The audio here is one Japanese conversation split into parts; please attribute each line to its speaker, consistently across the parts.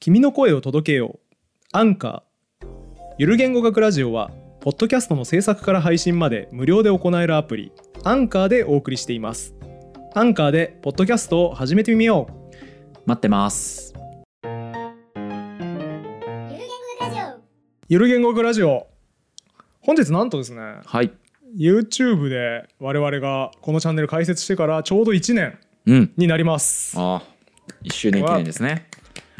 Speaker 1: 君の声を届けようアンカーゆる言語学ラジオはポッドキャストの制作から配信まで無料で行えるアプリアンカーでお送りしていますアンカーでポッドキャストを始めてみよう
Speaker 2: 待ってます。
Speaker 3: ゆる言語ラジオ
Speaker 1: ゆる言語学ラジオ本日なんとですね
Speaker 2: はい。
Speaker 1: YouTube で我々がこのチャンネル開設してからちょうど1年
Speaker 2: うん。
Speaker 1: になります
Speaker 2: ああ、一周年記念ですね。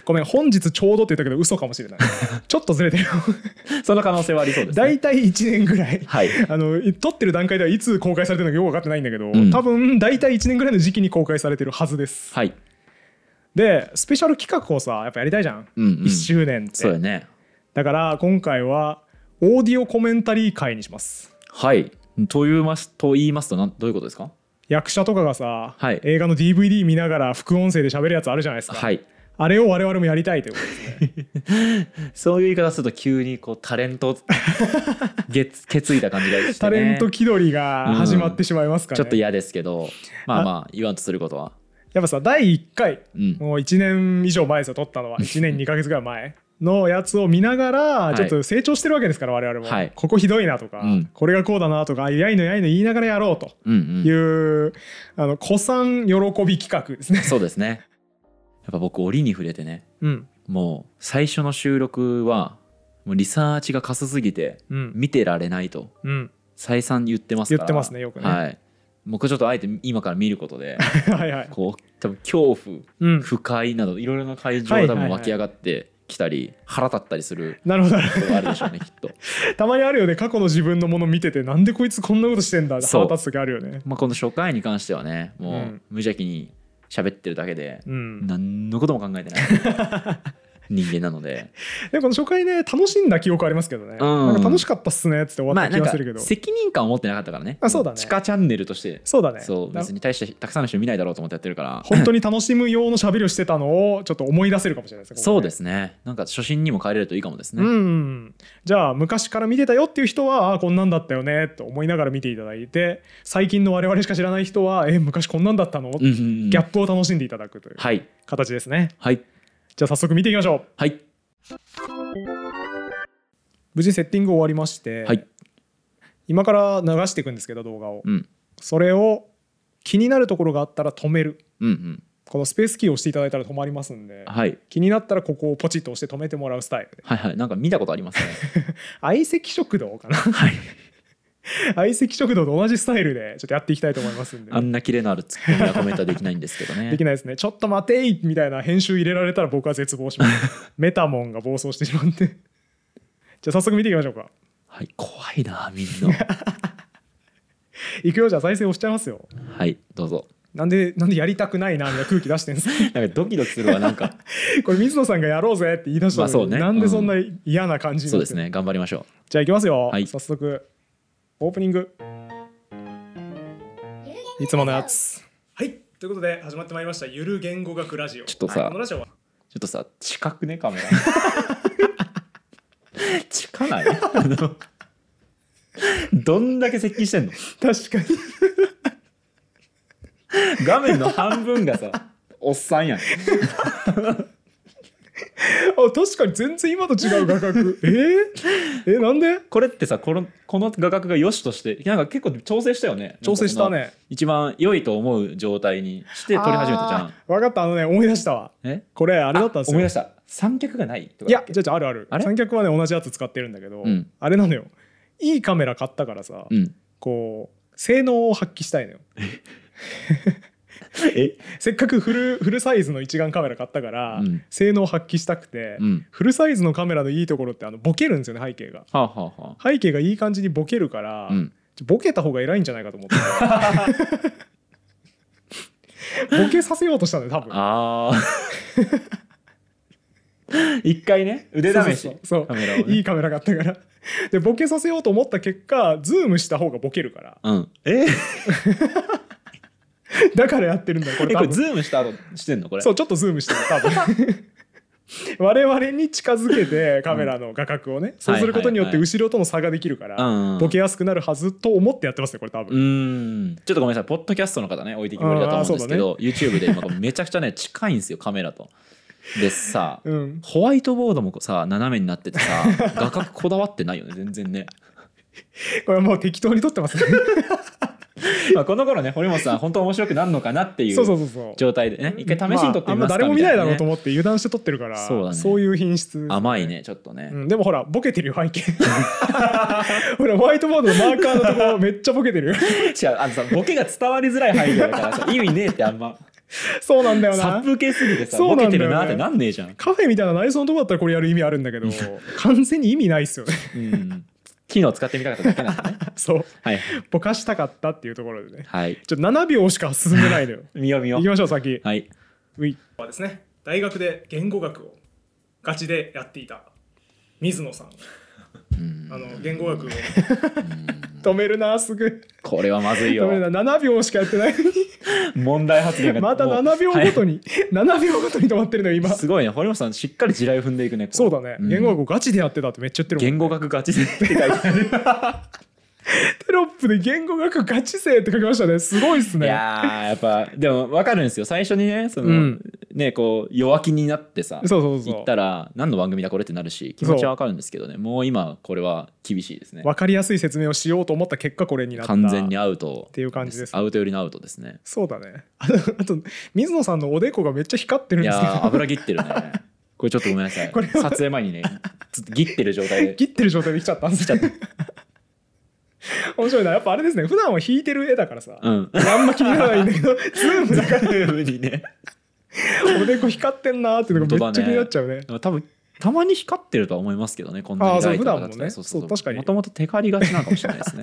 Speaker 1: ごめん本日ちょうどって言ったけど嘘かもしれない ちょっとずれてる
Speaker 2: その可能性はありそうです、ね。
Speaker 1: 大体1年ぐらい
Speaker 2: はい。
Speaker 1: あの撮ってる段階ではいつ公開されてるのかよく分かってないんだけど、
Speaker 2: ん
Speaker 1: 多分大体1年ぐらいの時期に公開されてるはずです、
Speaker 2: はい。
Speaker 1: でスペシャル企画をさやっぱやりたいじゃん、
Speaker 2: うん、うん。
Speaker 1: 1。周年って
Speaker 2: そうだね。
Speaker 1: だから今回はオーディオコメンタリー会にします
Speaker 2: はい。と言いますと言いますとなんどういうことですか？
Speaker 1: 役者とかがさ、
Speaker 2: はい
Speaker 1: 映画の DVD 見ながら副音声で喋るやつあるじゃないですか、
Speaker 2: はい。
Speaker 1: あれを我々もやりたいということですね
Speaker 2: そういう言い方すると急にこうタレン トげつ決意た感じがして、ね、
Speaker 1: タレント気取りが始まってしまいますから、
Speaker 2: ちょ
Speaker 1: ね
Speaker 2: っと嫌ですけど、まあまあ言わんとすることは、
Speaker 1: やっぱさ第1回
Speaker 2: うん。
Speaker 1: もう1年以上前ですよ撮ったのは1年2ヶ月ぐらい前のやつを見ながら
Speaker 2: い
Speaker 1: ちょっと成長してるわけですから我々も、
Speaker 2: はい
Speaker 1: ここひどいなとか、
Speaker 2: うん
Speaker 1: これがこうだなとかやいのやいの言いながらやろうと
Speaker 2: うん
Speaker 1: い
Speaker 2: うん。
Speaker 1: う、あの古参喜び企画ですね、
Speaker 2: そうですね。やっぱ僕折に触れてね、
Speaker 1: うん
Speaker 2: もう最初の収録はもうリサーチがかすすぎて
Speaker 1: うん
Speaker 2: 見てられないと。
Speaker 1: うん
Speaker 2: 再三言ってますから
Speaker 1: 言ってますねよくね
Speaker 2: はい、僕はちょっとあえて今から見ること で
Speaker 1: はいはい、
Speaker 2: こう多分恐怖
Speaker 1: うん、
Speaker 2: 不快などいろいろな会場
Speaker 1: はい
Speaker 2: が
Speaker 1: はいは
Speaker 2: 多
Speaker 1: い
Speaker 2: 分湧き上がってきたり腹立ったりする
Speaker 1: なるほどな るほ
Speaker 2: ことがあるでしょうねきっと、
Speaker 1: どたまにあるよね過去の自分のもの見ててなんでこいつこんなことしてんだって
Speaker 2: そ
Speaker 1: 腹
Speaker 2: う
Speaker 1: 立つ時あるよね
Speaker 2: まあ、この初回に関してはねもう
Speaker 1: うん
Speaker 2: 無邪気に喋ってるだけで
Speaker 1: うん、で
Speaker 2: 何のことも考えてない 人間なので
Speaker 1: この初回ね楽しんだ記憶ありますけどね、なんか楽しかったっすねっつって終わ
Speaker 2: ま
Speaker 1: っ
Speaker 2: あ
Speaker 1: た気
Speaker 2: なん
Speaker 1: が
Speaker 2: か
Speaker 1: するけど、
Speaker 2: 責任感を持ってなかったからね
Speaker 1: あそうだね
Speaker 2: 地下チャンネルとして
Speaker 1: そうだね
Speaker 2: そう
Speaker 1: だ
Speaker 2: 別に大してたくさんの人見ないだろうと思ってやってるから
Speaker 1: 本当に楽しむ用の喋りをしてたのをちょっと思い出せるかもしれないですね。
Speaker 2: そうですすねなんか初心にも帰れるといいかもですね、
Speaker 1: うん、じゃあ昔から見てたよっていう人はああこんなんだったよねと思いながら見ていただいて最近の我々しか知らない人はえ昔こんなんだったの、
Speaker 2: うんうんうん
Speaker 1: ギャップを楽しんでいただくという
Speaker 2: はい
Speaker 1: 形ですね
Speaker 2: はい
Speaker 1: じゃあ早速見ていきましょう
Speaker 2: はい
Speaker 1: 無事セッティング終わりまして、
Speaker 2: はい
Speaker 1: 今から流していくんですけど動画を、
Speaker 2: うん
Speaker 1: それを気になるところがあったら止める
Speaker 2: うんうん
Speaker 1: このスペースキーを押していただいたら止まりますんで
Speaker 2: はい
Speaker 1: 気になったらここをポチッと押して止めてもらうスタイルで
Speaker 2: はいはいなんか見たことありますね
Speaker 1: 相席食堂かな
Speaker 2: はい
Speaker 1: 相席食堂と同じスタイルでちょっとやっていきたいと思いますんで、
Speaker 2: あんなキレのあるツッコミやコメントはできないんですけどね
Speaker 1: できないですねちょっと待ていみたいな編集入れられたら僕は絶望します メタモンが暴走してしまってじゃあ早速見ていきましょうか
Speaker 2: はい怖いなみん な
Speaker 1: いくよじゃあ再生押しちゃいますよ
Speaker 2: はいどうぞ
Speaker 1: なんでなんでやりたくないなみたいな空気出してんですか
Speaker 2: なんかドキドキするわなんか
Speaker 1: これ水野さんがやろうぜって言い出したのに、
Speaker 2: まあそうね
Speaker 1: なんでそんな嫌な感じに
Speaker 2: そ
Speaker 1: な
Speaker 2: う
Speaker 1: っ
Speaker 2: で
Speaker 1: て
Speaker 2: す
Speaker 1: る
Speaker 2: ね頑張りましょ
Speaker 1: じゃあいきますよ、
Speaker 2: はい
Speaker 1: 早速オープニング
Speaker 3: ゆる
Speaker 1: いつものやつはいということで始まってまいりましたゆる言語学ラジオ
Speaker 2: ちょっとさ
Speaker 1: はいこのラジオは
Speaker 2: うちょっとさ近くねカ メラ近ないあの どんだけ接近してんの
Speaker 1: 確かに
Speaker 2: 画面の半分が さおっさんやん
Speaker 1: あ確かに全然今と違う画 角えー、えなんで
Speaker 2: これってさこのこの画角が良しとしてなんか結構調整したよね
Speaker 1: 調整した
Speaker 2: なんか
Speaker 1: ね
Speaker 2: この一番良いと思う状態にして撮り始めたじゃん
Speaker 1: 分かったあのね思い出したわ
Speaker 2: え
Speaker 1: これあれだったんです
Speaker 2: 思い
Speaker 1: よ
Speaker 2: 出した三脚がないとか
Speaker 1: いや
Speaker 2: だっけ
Speaker 1: じゃあじゃああるある
Speaker 2: あれ
Speaker 1: 三脚はね同じやつ使ってるんだけど、
Speaker 2: うん
Speaker 1: あれなのよいいカメラ買ったからさ、
Speaker 2: うん
Speaker 1: こう性能を発揮したいのよ
Speaker 2: え
Speaker 1: せっかくフルフルサイズの一眼カメラ買ったから、
Speaker 2: うん
Speaker 1: 性能を発揮したくて、
Speaker 2: うん
Speaker 1: フルサイズのカメラのいいところってあのボケるんですよね背景が
Speaker 2: はあはあは
Speaker 1: 背景がいい感じにボケるから、
Speaker 2: あうん
Speaker 1: ちょボケた方が偉いんじゃないかと思って ボケさせようとしたんだよ多分
Speaker 2: あー 一回ね腕試し
Speaker 1: そうそうそう
Speaker 2: カメラをね
Speaker 1: いいカメラがあったからでボケさせようと思った結果ズームした方がボケるから
Speaker 2: うんえ
Speaker 1: だからやってるんだよこ
Speaker 2: え
Speaker 1: れ
Speaker 2: こ
Speaker 1: 多
Speaker 2: れ
Speaker 1: 分
Speaker 2: ズームした後してんのこれ
Speaker 1: そうちょっとズームしてる多分 我々に近づけてカメラの画角をね、そうすることによって
Speaker 2: はいはいはい
Speaker 1: 後ろとの差ができるから、
Speaker 2: うんうん
Speaker 1: ボケやすくなるはずと思ってやってますよこれ多
Speaker 2: う
Speaker 1: 分、
Speaker 2: ーんちょっとごめんなさいポッドキャストの方ね置いてきぼりだと思うんですけど、YouTube で今めちゃくちゃね近いんですよカメラとでさ
Speaker 1: うん
Speaker 2: ホワイトボードもさ斜めになっててさ画角こだわってないよね全然ね、
Speaker 1: これもう適当に撮ってますね
Speaker 2: まあ、この頃ね堀本さん本当面白くなるのかなってい
Speaker 1: そうそうそ
Speaker 2: う
Speaker 1: うそう
Speaker 2: 状態でね一回試しに撮ってみ
Speaker 1: まあ、あんま
Speaker 2: ますか
Speaker 1: 誰も見ないだろうと
Speaker 2: み
Speaker 1: 思って油断して撮ってるから
Speaker 2: そうだね
Speaker 1: そういう品質、
Speaker 2: たいなね甘いねちょっとね、
Speaker 1: うん、でもほらボケてるよ背景 ほらホワイトボードのマーカーのところめっちゃボケてる
Speaker 2: 違うあのさボケが伝わりづらい配慮だからさ意味ねえってあんま
Speaker 1: そうなんだよ
Speaker 2: 殺
Speaker 1: な
Speaker 2: 風景すぎてさ
Speaker 1: そう
Speaker 2: ボ
Speaker 1: な
Speaker 2: ケ
Speaker 1: んだよね
Speaker 2: てるなってなんねえじゃん、
Speaker 1: カフェみたいな内装のとこだったらこれやる意味あるんだけど完全に意味ないっすよね
Speaker 2: うん、機能使ってみたかっただけなんだね
Speaker 1: そう
Speaker 2: はい
Speaker 1: ぼかしたかったっていうところでね
Speaker 2: はい
Speaker 1: ちょっと7秒しか進んでないのよ
Speaker 2: 見よう見よ
Speaker 1: 行き
Speaker 2: う
Speaker 1: ましょう先
Speaker 2: はい、
Speaker 1: ういはですね大学で言語学をガチでやっていた水野さん
Speaker 2: うん
Speaker 1: 言語学を
Speaker 2: うん
Speaker 1: 止めるなすぐ
Speaker 2: これはまずい
Speaker 1: 止
Speaker 2: よ
Speaker 1: めるな7秒しかやってないのに
Speaker 2: 問題発言が
Speaker 1: また
Speaker 2: もう
Speaker 1: 7秒ごとに、7秒ごとに止まってるのよ今
Speaker 2: すごいね堀本さんしっかり地雷踏んでいくねこ
Speaker 1: そうだね、
Speaker 2: ん
Speaker 1: 言語学をガチでやってたってめっちゃ言ってるもん
Speaker 2: 言語学 ガチでって書いてある
Speaker 1: テロップで言語学ガチ生って書きましたねすごいっす
Speaker 2: い
Speaker 1: ね
Speaker 2: やーやっぱでも分かるんですよ最初にねその、
Speaker 1: うん
Speaker 2: ねこう弱気になってさ
Speaker 1: そうそうそう
Speaker 2: 行ったら何の番組だこれってなるし気持ちは分かるんですけどねもう今これは厳しいですね
Speaker 1: 分かりやすい説明をしようと思った結果これになった
Speaker 2: 完全にアウト
Speaker 1: っていう感じです
Speaker 2: アウトよりのアウトですね
Speaker 1: そうだねあとあと水野さんのおでこがめっちゃ光ってるん
Speaker 2: い
Speaker 1: です
Speaker 2: や
Speaker 1: け
Speaker 2: ー
Speaker 1: ど
Speaker 2: 油切ってるねこれちょっとごめんなさい
Speaker 1: これは
Speaker 2: 撮影前にねちょっと切ってる状態 で
Speaker 1: 切ってる状態で来ちゃったんですよ 面白いなやっぱあれですね普段は引いてる絵だからさ、
Speaker 2: うん
Speaker 1: あんま気にならないんだけどズームだか
Speaker 2: にね
Speaker 1: らおでこ光ってんなーっていうのがめっちゃ気になっちゃうね
Speaker 2: でも多分たまに光ってるとは思いますけどねこんな
Speaker 1: あー
Speaker 2: に
Speaker 1: そう
Speaker 2: ライト
Speaker 1: 普
Speaker 2: が
Speaker 1: 段もね
Speaker 2: ねそうそう
Speaker 1: そう確かに
Speaker 2: もともとテカりがちなのかもしれない ですね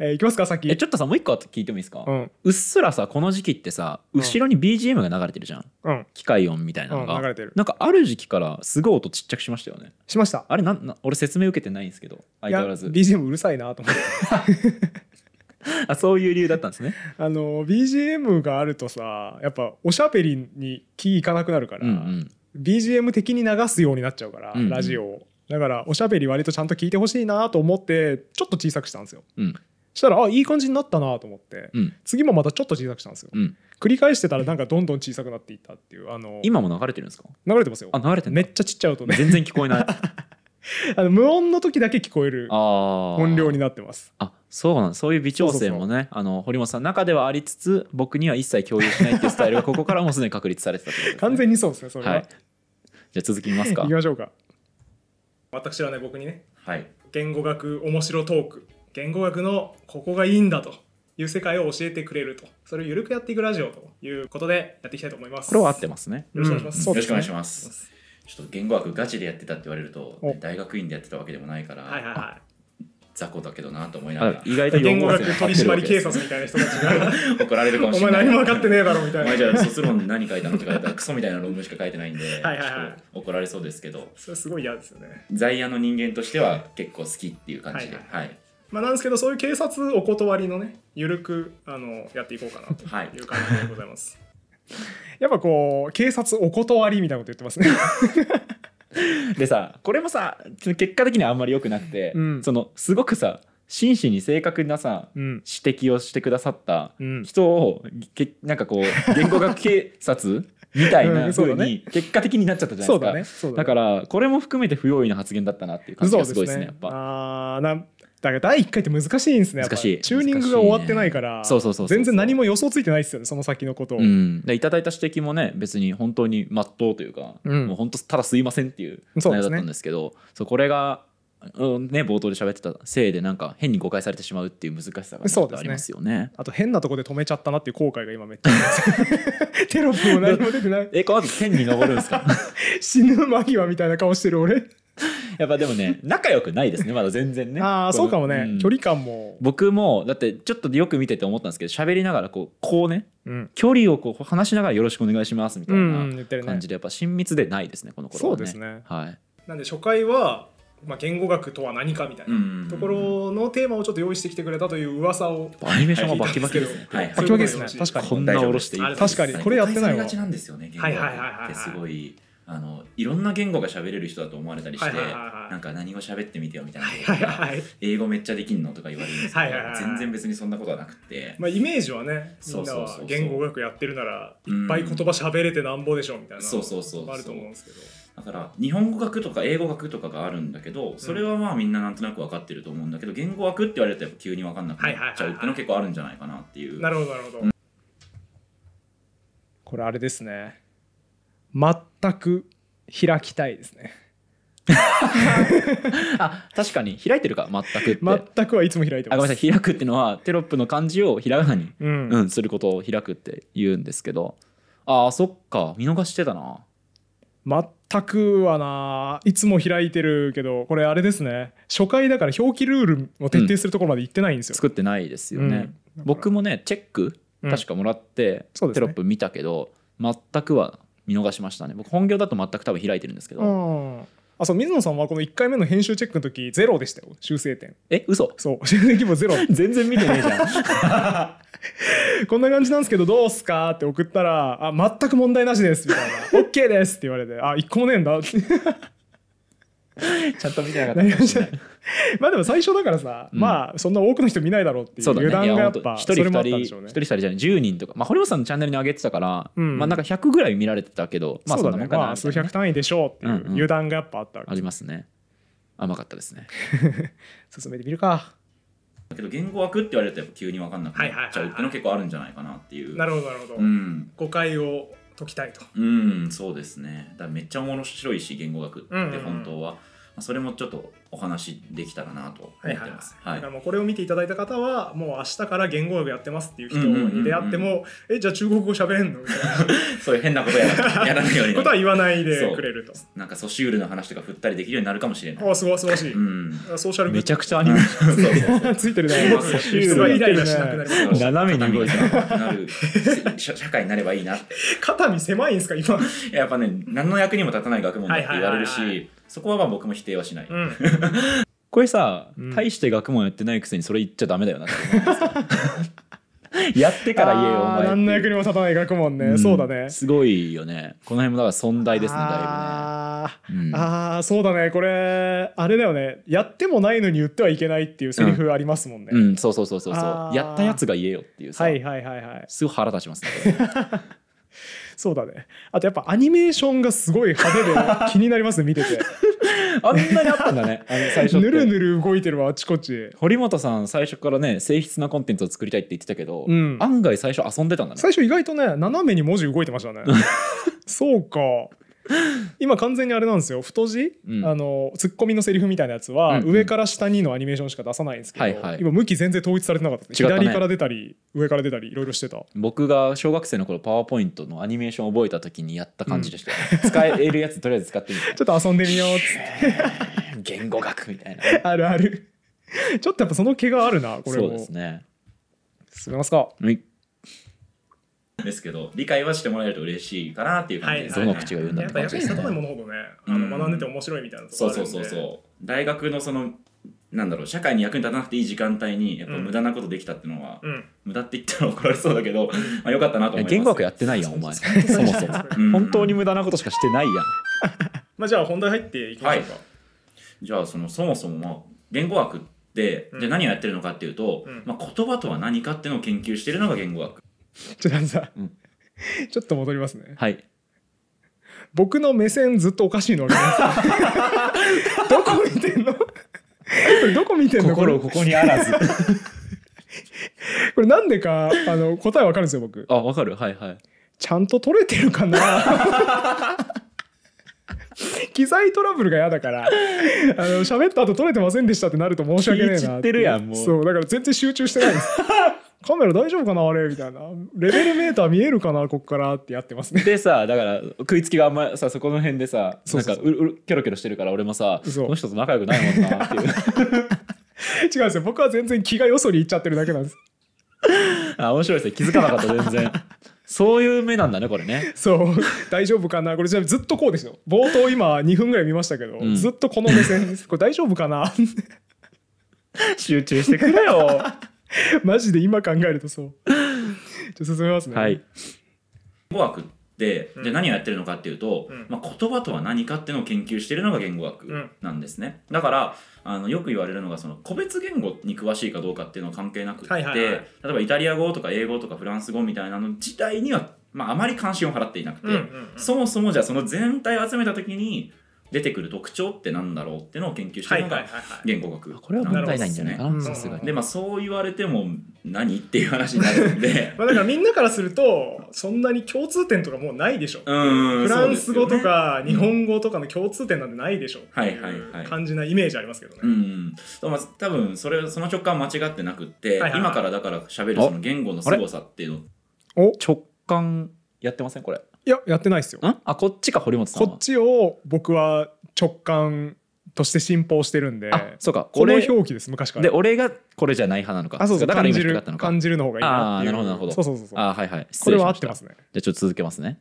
Speaker 1: えーいきますかさっき
Speaker 2: えちょっとさもう一個聞いてもいいですか、
Speaker 1: う
Speaker 2: うんっすらさこの時期ってさ
Speaker 1: うん
Speaker 2: 後ろに BGM が流れてるじゃん
Speaker 1: うん
Speaker 2: 機械音みたいなのが、
Speaker 1: うん流れてる
Speaker 2: なんかある時期からすごい音ちっちゃくしましたよね
Speaker 1: しました
Speaker 2: あれなんな俺説明受けてないんですけど相
Speaker 1: い
Speaker 2: 変
Speaker 1: や
Speaker 2: わらず
Speaker 1: BGM うるさいなと思って
Speaker 2: あそういう理由だったんですね
Speaker 1: あの BGM があるとさやっぱおしゃべりに気いかなくなるから、
Speaker 2: うんうん
Speaker 1: BGM 的に流すようになっちゃうから、
Speaker 2: うんうん
Speaker 1: ラジオをだからおしゃべり割とちゃんと聞いてほしいなと思ってちょっと小さくしたんですよ
Speaker 2: うん
Speaker 1: したらあいい感じになったなと思って、
Speaker 2: うん
Speaker 1: 次もまたちょっと小さくしたんですよ
Speaker 2: うん
Speaker 1: 繰り返してたらなんかどんどん小さくなっていったっていうあの
Speaker 2: 今も流れてるんですか
Speaker 1: 流れてますよ
Speaker 2: あ流れてんだ
Speaker 1: めっちゃちっちゃい音ね
Speaker 2: 全然聞こえないあ
Speaker 1: あの無音の時だけ聞こえる
Speaker 2: あ
Speaker 1: 音量
Speaker 2: に
Speaker 1: になってます
Speaker 2: あそうなんそういう微調整もね
Speaker 1: そう
Speaker 2: あの堀本さんの中ではありつつ僕には一切共有しないっていうスタイルがここからもうすでに確立されてたってことです、ね、
Speaker 1: 完全にそうですねそれは、
Speaker 2: はいじゃあ続きます
Speaker 1: 行
Speaker 2: か
Speaker 1: きましょうか私はね僕にね
Speaker 2: はい
Speaker 1: 言語学面白トーク言語学のここがいいんだという世界を教えてくれるとそれをゆるくやっていくラジオということでやっていきたいと思います
Speaker 2: これは合ってますね
Speaker 1: よろしくお願いします、
Speaker 2: うん
Speaker 1: そうですね
Speaker 4: ます。ちょっと言語学ガチでやってたって言われると、
Speaker 1: お
Speaker 4: 大学院でやってたわけでもないから、
Speaker 1: はいはいは
Speaker 4: 雑魚だけどなと思いなが
Speaker 2: あ
Speaker 4: ら
Speaker 2: 意外と
Speaker 1: い言語学
Speaker 2: 四
Speaker 1: 取
Speaker 2: 号線に
Speaker 1: 締
Speaker 2: 立
Speaker 1: 警
Speaker 2: ってるわけですね
Speaker 1: 察みたいな人たち が
Speaker 4: 怒られるかも
Speaker 1: お
Speaker 4: し
Speaker 1: 前
Speaker 4: れない。
Speaker 1: 何も分かってねえだろみた
Speaker 4: お前
Speaker 1: い
Speaker 4: じ
Speaker 1: な
Speaker 4: ゃあ卒論何書いたのって書いたらクソみたいな論文しか書いてないん で
Speaker 1: はいはいはい
Speaker 4: ちょっと怒られそうですけど
Speaker 1: それすごい嫌ですよね
Speaker 4: 在野の人間としては結構好きっていう感じで
Speaker 1: はい
Speaker 4: はい、
Speaker 1: まあなんですけどそういう警察お断りのねゆるくあのやっていこうかなと
Speaker 4: はい
Speaker 1: いう感じでございます、 やっぱこう警察お断りみたいなこと言って ますね
Speaker 2: でさこれもさ結果的にはあんまり良くなくて、
Speaker 1: うん
Speaker 2: そのすごくさ真摯に正確なさ、
Speaker 1: うん
Speaker 2: 指摘をしてくださった
Speaker 1: うん
Speaker 2: 人を、けなんかこう言語学警察みたい
Speaker 1: うん
Speaker 2: な
Speaker 1: そう
Speaker 2: 風
Speaker 1: だね
Speaker 2: に結果的になっちゃったじゃな
Speaker 1: そ
Speaker 2: いう
Speaker 1: だ
Speaker 2: で
Speaker 1: ね
Speaker 2: すか。
Speaker 1: そうだ
Speaker 2: だ
Speaker 1: ね
Speaker 2: からこれも含めて不用意な発言だったなっていう感じ
Speaker 1: そう
Speaker 2: がすごいですねやっぱ。
Speaker 1: あーなだから第1回って難しいんですねやっぱ
Speaker 2: 難しい
Speaker 1: チューニングが終わってないから、
Speaker 2: 難しいねそうそうそうそう
Speaker 1: 全然何も予想ついてないですよねその先のことを、
Speaker 2: うん、でいただいた指摘もね別に本当に真っ当というか、
Speaker 1: うん
Speaker 2: もう本当ただすいませんっていう
Speaker 1: そうで
Speaker 2: 内容
Speaker 1: すね
Speaker 2: だったんですけどそう、これが、うんね、冒頭で喋ってたせいでなんか変に誤解されてしまうっていう難しさがね
Speaker 1: そうですね
Speaker 2: ありますよね。
Speaker 1: あと変なとこで止めちゃったなっていう後悔が今めっちゃあります テロップも何も出てない
Speaker 2: えこの後天に登るんですか
Speaker 1: 死ぬ間際みたいな顔してる俺、
Speaker 2: やっぱでもね仲良くないですねまだ全然ね
Speaker 1: ああ
Speaker 2: この
Speaker 1: そうかもね、
Speaker 2: ん
Speaker 1: 距離感も、
Speaker 2: 僕もだってちょっとよく見てて思ったんですけど喋りながらこうこうね
Speaker 1: うん
Speaker 2: 距離をこう話しながらよろしくお願いしますみた
Speaker 1: う
Speaker 2: い
Speaker 1: んうん
Speaker 2: な
Speaker 1: 言ってるね
Speaker 2: 感じでやっぱ親密でないですねこの頃は、ね、
Speaker 1: そうですね
Speaker 2: はい
Speaker 1: なんで初回は、まあ、言語学とは何かみたいな
Speaker 4: うん
Speaker 1: ところのテーマをちょっと用意してきてくれたという噂を
Speaker 2: アニメーションもバキバキですね、
Speaker 4: はいはい
Speaker 1: バキバキですね確かに
Speaker 2: こんな下ろしていい
Speaker 1: 確かにこれやってないわ
Speaker 4: がちなんですよね言語
Speaker 1: はいはいはいはい
Speaker 4: 学ってすごいあのいろんな言語が喋れる人だと思われたりして、
Speaker 5: はいはいはいはい
Speaker 4: なんか何を喋ってみてよみたいなこと
Speaker 5: はい
Speaker 4: とか、
Speaker 5: はいはい
Speaker 4: 英語めっちゃできんのとか言われるんですけど、
Speaker 5: はいはいはい
Speaker 4: 全然別にそんなことはなくって、
Speaker 1: まあ、イメージはねみ
Speaker 4: そ
Speaker 1: ん
Speaker 4: う
Speaker 1: な
Speaker 4: そうそうそう
Speaker 1: は言語学やってるならいっぱい言葉喋れてなんぼでしょみたいな
Speaker 4: そうそうそうそう
Speaker 1: あると思うんですけど
Speaker 4: だから日本語学とか英語学とかがあるんだけどそれはまあみんななんとなく分かってると思うんだけど言語学って言われるとやっぱ急に分かんなくなっちゃうっていうの結構あるんじゃないかなっていう
Speaker 1: なるほどなるほど、これあれですね全く開きたいですね
Speaker 2: あ確かに開いてるか全くって、
Speaker 1: 全くはいつも開いてま
Speaker 2: あ
Speaker 1: す
Speaker 2: ごめんなさい開くっていうのはテロップの漢字をひらがなに、
Speaker 1: うん、
Speaker 2: うん、することを開くって言うんですけどあーそっか見逃してたな
Speaker 1: 全くはないつも開いてるけどこれあれですね初回だから表記ルールを徹底するところまで行ってないんですよ、
Speaker 2: 作ってないですよね、
Speaker 1: うん
Speaker 2: 僕もねチェック
Speaker 1: うん
Speaker 2: 確かもらって、
Speaker 1: そうですね
Speaker 2: テロップ見たけど全くは見逃しましたね僕本業だと全く多分開いてるんですけど、
Speaker 1: うんあそう水野さんはこの1回目の編集チェックの時ゼロでしたよ修正点
Speaker 2: え 嘘
Speaker 1: そう修正規模ゼロ
Speaker 2: 全然見てねえじゃん
Speaker 1: こんな感じなんですけどどうすかって送ったら「あ全く問題なしです」みたいな「OK です」って言われて「あ一個もねえんだ」 って
Speaker 2: ちゃんと見てなかった
Speaker 1: なりまし
Speaker 2: か
Speaker 1: た
Speaker 2: もしれない
Speaker 1: まあでも最初だからさ、
Speaker 2: うん
Speaker 1: まあそんな多くの人見ないだろうっていう
Speaker 2: そうだね
Speaker 1: 油断がやっ
Speaker 2: いや
Speaker 1: ぱ
Speaker 2: 本
Speaker 1: そ
Speaker 2: 当一
Speaker 1: れもあ
Speaker 2: 人
Speaker 1: ったん
Speaker 2: 二
Speaker 1: でし
Speaker 2: 人
Speaker 1: ょう
Speaker 2: 一
Speaker 1: ね
Speaker 2: 人二人じゃない10人とかまあ堀本さんのチャンネルに上げてたから、
Speaker 1: うん
Speaker 2: まあなんか100ぐらい見られてたけどまあ
Speaker 1: そ
Speaker 2: そ
Speaker 1: うだ
Speaker 2: んなも
Speaker 1: ね
Speaker 2: んかな
Speaker 1: まあ
Speaker 2: みた
Speaker 1: 数
Speaker 2: いなね
Speaker 1: 百単位でしょうっていう
Speaker 2: うんうん
Speaker 1: 油断がやっぱあったわけ
Speaker 2: ありますね甘かったですね
Speaker 1: 進めてみるか
Speaker 4: だけど言語学って言われるとやっぱ急に分かんなくなっちゃうっていうの結構あるんじゃないかなっていう。
Speaker 1: なるほどなるほど、
Speaker 4: うん
Speaker 1: 誤解を解きたいと
Speaker 4: うん、そうですね。だからめっちゃ面白いし、言語学って
Speaker 1: うんうんうん
Speaker 4: 本当は。まあそれもちょっとお話できたらなと思ってます。はい
Speaker 1: だからもうこれを見ていただいた方はもう明日から言語学やってますっていう人
Speaker 4: うんうんうんうん
Speaker 1: に出会っても、えじゃあ中国語喋れんのみたいな
Speaker 4: そういう変なことやらやらないよう に
Speaker 1: ことは言わないでくれると
Speaker 4: なんかソシュールの話とか振ったりできるようになるかもしれない。
Speaker 1: あすごい素晴らしい、
Speaker 4: うん。
Speaker 1: ソーシャル
Speaker 2: めちゃくちゃアニメ
Speaker 4: そうそうそう
Speaker 1: ゃついてるね
Speaker 4: そうそう
Speaker 1: すごいイライラしなくなりました
Speaker 2: 斜めに動いてる
Speaker 4: 肩身がなる社 社会になればいいなって
Speaker 1: 肩身狭いんですか今、
Speaker 4: いややっぱね何の役にも立たない学問だって言われる
Speaker 1: はいはいはい
Speaker 4: しそこはまあ僕も否定はしない、
Speaker 1: うん、
Speaker 2: これさ、
Speaker 1: うん
Speaker 2: 大して学問やってないくせにそれ言っちゃダメだよなって 思うんですよやってから言えよお前
Speaker 1: あー何の役にも立たない学問ね、
Speaker 2: ん
Speaker 1: そうだね
Speaker 2: すごいよねこの辺もだから存在ですねだ
Speaker 1: あ
Speaker 2: いぶ
Speaker 1: ー
Speaker 2: ね、うん
Speaker 1: あーそうだねこれあれだよねやってもないのに言ってはいけないっていうセリフありますもんね、
Speaker 2: うん、そうそうそうそうそ
Speaker 1: あ
Speaker 2: う
Speaker 1: ー
Speaker 2: やったやつが言えよっていうさ、
Speaker 1: はいはいはいはい
Speaker 2: すごい腹立 ちますねこれ
Speaker 1: そうだねあとやっぱアニメーションがすごい派手で気になりますね見てて
Speaker 2: あんなにあったんだねあの最初って
Speaker 1: ぬるぬる動いてるわあちこち
Speaker 2: 堀本さん最初からね誠実なコンテンツを作りたいって言ってたけど、
Speaker 1: うん
Speaker 2: 案外最初遊んでたんだね
Speaker 1: 最初意外とね斜めに文字動いてま したねそうか今完全にあれなんですよ太字、
Speaker 2: うん
Speaker 1: あのツッコミのセリフみたいなやつは、
Speaker 2: うんうん
Speaker 1: 上から下にのアニメーションしか出さないんですけど、
Speaker 2: はいはい
Speaker 1: 今向き全然統一されてなかったです
Speaker 2: 違ったね
Speaker 1: 左から出たり上から出たりいろいろしてた
Speaker 2: 僕が小学生の頃パワーポイントのアニメーションを覚えた時にやった感じでしたよ、 使えるやつとりあえず使って みて
Speaker 1: ちょっと遊んでみようっつって
Speaker 2: 言語学みたいな
Speaker 1: あるあるちょっとやっぱその毛があるなこれ
Speaker 2: そ
Speaker 1: も
Speaker 2: うですね
Speaker 1: 進めますか
Speaker 2: はい
Speaker 4: ですけど理解はしてもらえると嬉しいかなっていう感じです、
Speaker 2: どの口が言うんだ
Speaker 1: や
Speaker 2: っ
Speaker 1: ってぱ
Speaker 2: 感
Speaker 1: 役に
Speaker 2: じです
Speaker 1: 立たない
Speaker 2: ね
Speaker 1: ものほどね、
Speaker 4: うん
Speaker 1: あの学んでて面白いみたいなとこ
Speaker 4: そ
Speaker 1: ろ
Speaker 4: う
Speaker 1: ある
Speaker 4: そ
Speaker 1: ん
Speaker 4: う
Speaker 1: で
Speaker 4: そうそう大学のそのなんだろう社会に役に立たなくていい時間帯にやっぱ無駄なことできたっていうのは、
Speaker 1: うん
Speaker 4: 無駄って言ったら怒られそうだけど、まあ、よかったなと思います
Speaker 2: 言語学やってないやんお前 そもそも
Speaker 4: うん
Speaker 2: 本当に無駄なことしかして ないやん
Speaker 1: まあじゃあ本題入っていきましょうか、
Speaker 4: じゃあそのそもそも、まあ、言語学って
Speaker 1: うん
Speaker 4: じゃあ何をやってるのかっていうと、
Speaker 1: うん
Speaker 4: まあ、言葉とは何かっていうのを研究してるのが言語学
Speaker 1: ちょっとさ、
Speaker 2: うん
Speaker 1: ちょっと戻りますね
Speaker 2: はい
Speaker 1: 僕の目線ずっとおかしいの分かり ますどこ見てんのこれどこ見てんのこ
Speaker 2: 心
Speaker 1: れ
Speaker 2: をここにあらず
Speaker 1: これなんでかあの答えわかるんですよ僕
Speaker 2: あわかるはいはい
Speaker 1: ちゃんと取れてるかな 機材トラブルが嫌だからあの喋った後取れてませんでしたってなると申し訳ねえな
Speaker 2: 気散ってるやんもう
Speaker 1: そうだから全然集中してないです カメラ大丈夫かなあれみたいなレベルメーター見えるかなこっからってやってますね
Speaker 2: でさだから食いつきがあんまさそこの辺でさ
Speaker 1: そうん
Speaker 2: な
Speaker 1: そ
Speaker 2: か
Speaker 1: うそう
Speaker 2: うるうるキョロキョロしてるから俺もさ
Speaker 1: そう
Speaker 2: この人と仲良くないもんなって いう
Speaker 1: 違うんですよ僕は全然気がよそに行っちゃってるだけなんです
Speaker 2: あ面白いですね気づかなかった全然そういう目なんだねこれね
Speaker 1: そう 大丈夫かなこれじゃあずっとこうですよ冒頭今2分ぐらい見ましたけど、
Speaker 2: うん
Speaker 1: ずっとこの目線ですこれ大丈夫かな
Speaker 2: 集中してくれよ
Speaker 1: マジで今考えるとそうじゃあ進めますね
Speaker 2: はい
Speaker 4: 言語学っで、
Speaker 1: うん
Speaker 4: じゃあ何をやってるのかっていうと、
Speaker 1: うん
Speaker 4: まあ、言葉とは何かっていうのを研究してるのが言語
Speaker 1: うん
Speaker 4: 学なんですね、だからあのよく言われるのがその個別言語に詳しいかどうかっていうのは関係なくって、
Speaker 1: はいはいはい
Speaker 4: 例えばイタリア語とか英語とかフランス語みたいなの自体には、まあ、あまり関心を払っていなくて、
Speaker 1: うんうん
Speaker 4: そもそもじゃあその全体を集めた時に出てくる特徴ってなんだろうっていうのを研究して
Speaker 1: は
Speaker 4: る
Speaker 1: い
Speaker 4: の
Speaker 1: はいはい
Speaker 4: が
Speaker 1: はい
Speaker 4: 言語学
Speaker 2: これは問題ないんじゃないか
Speaker 1: なる
Speaker 2: な
Speaker 1: ほど
Speaker 2: さ
Speaker 1: です
Speaker 2: す
Speaker 1: ね
Speaker 2: が
Speaker 1: うん
Speaker 2: に
Speaker 4: でまあそう言われても何っていう話になるんで
Speaker 1: まあだからみんなからするとそんなに共通点とかもうないでしょ
Speaker 4: うーん
Speaker 1: フランス語と
Speaker 4: そう
Speaker 1: か日本語とかの共通点なんてないでしょって
Speaker 4: はいいはいうはい
Speaker 1: 感じなイメージありますけどね、
Speaker 4: ですよねうんそうまあ多分それその直感は間違ってなくって、
Speaker 1: はいはい
Speaker 4: 今からだから喋るその言語の凄さっていうの
Speaker 2: 直感やってませんこれ
Speaker 1: いややってないですよ
Speaker 2: んあこっちか堀本さん
Speaker 1: こ
Speaker 2: は
Speaker 1: っちを僕は直感として信奉してるんで
Speaker 2: あそうか
Speaker 1: こ
Speaker 2: こ
Speaker 1: の
Speaker 2: れ
Speaker 1: 表記です昔から
Speaker 2: で俺がこれじゃない派なのか
Speaker 1: あそうそう
Speaker 2: だから
Speaker 1: 感じ
Speaker 2: 今引っか
Speaker 1: る
Speaker 2: かったのか
Speaker 1: 感じるの方がいいなっていう
Speaker 2: あーなるほどなるほど
Speaker 1: そうそうそうそう
Speaker 2: あはいはい
Speaker 1: これは合って
Speaker 2: す
Speaker 1: ますね
Speaker 2: じゃあちょっと続けますね。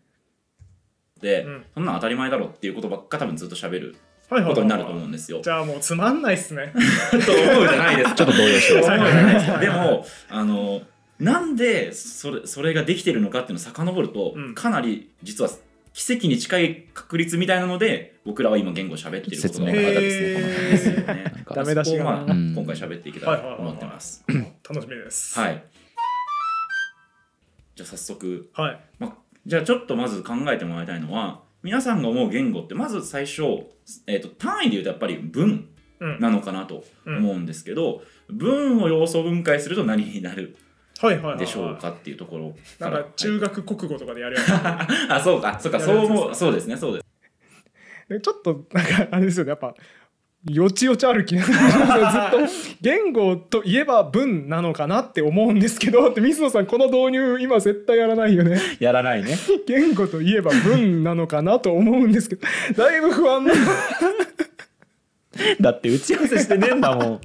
Speaker 4: で、
Speaker 1: うん
Speaker 4: そんなの当たり前だろっていうことばっか多分ずっと喋る
Speaker 1: はい
Speaker 4: ことになると思うんですよ。
Speaker 1: じゃあもうつまんないっすね
Speaker 4: と思うじゃないですか。
Speaker 2: ちょっと動揺して
Speaker 1: ます
Speaker 4: でもあのなんでそれそれができてるのかっていうのを遡ると、
Speaker 1: うん
Speaker 4: かなり実は奇跡に近い確率みたいなので僕らは今言語喋ってることが分かったですね
Speaker 1: 説明
Speaker 4: こ
Speaker 1: が
Speaker 4: の話ですよね。
Speaker 2: なんか
Speaker 1: ダメ出しが
Speaker 4: そこをまあ
Speaker 2: うん
Speaker 4: 今回喋っていけたらと思ってます。
Speaker 1: 楽しみです
Speaker 4: はい。じゃあ早速、
Speaker 1: はい
Speaker 4: まあ、じゃあちょっとまず考えてもらいたいのは皆さんが思う言語ってまず最初、えー、と単位で言うとやっぱり文。
Speaker 1: うん
Speaker 4: なのかなと思うんですけど、文を要素分解すると何になる
Speaker 1: はいはいはいはい
Speaker 4: でしょうかっていうところ
Speaker 1: なん
Speaker 4: から
Speaker 1: か中学国語とかでやるやつ
Speaker 4: はいあそうかそうか
Speaker 1: や
Speaker 4: そ
Speaker 1: る
Speaker 4: う
Speaker 1: やつです
Speaker 4: 思うそうですねそうです
Speaker 1: でちょっとなんかあれですよねやっぱよちよち歩きずっと言語といえば文なのかなって思うんですけどって水野さんこの導入今絶対やらないよね
Speaker 2: やらないね。
Speaker 1: 言語といえば文なのかなと思うんですけどだいぶ不安な
Speaker 2: だって打ち合わせしてねえんだもん。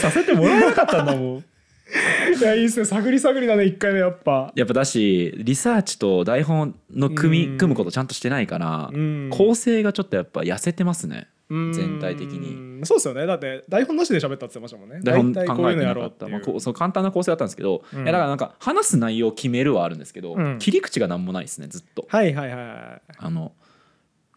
Speaker 2: させてもらえなかったんだもん。
Speaker 1: いやいいですね探り探りだね1回目やっぱ
Speaker 2: やっぱだしリサーチと台本の組
Speaker 1: うん
Speaker 2: み組むことちゃんとしてないから
Speaker 1: うん
Speaker 2: 構成がちょっとやっぱ痩せてますね。
Speaker 1: うん
Speaker 2: 全体的に
Speaker 1: そうですよねだって台本なしで喋ったって言ってましたもんね
Speaker 2: 台本
Speaker 1: 大体こ
Speaker 2: 考
Speaker 1: うい
Speaker 2: え
Speaker 1: うの
Speaker 2: て
Speaker 1: や
Speaker 2: な
Speaker 1: ろ
Speaker 2: か
Speaker 1: うっ
Speaker 2: ってた。
Speaker 1: いう
Speaker 2: まあ、こうそう簡単な構成だったんですけど、
Speaker 1: うん
Speaker 2: いやだからなんか話す内容を決めるはあるんですけど、
Speaker 1: うん
Speaker 2: 切り口がなんもないですねずっと。
Speaker 1: はいはいはいはい
Speaker 2: あの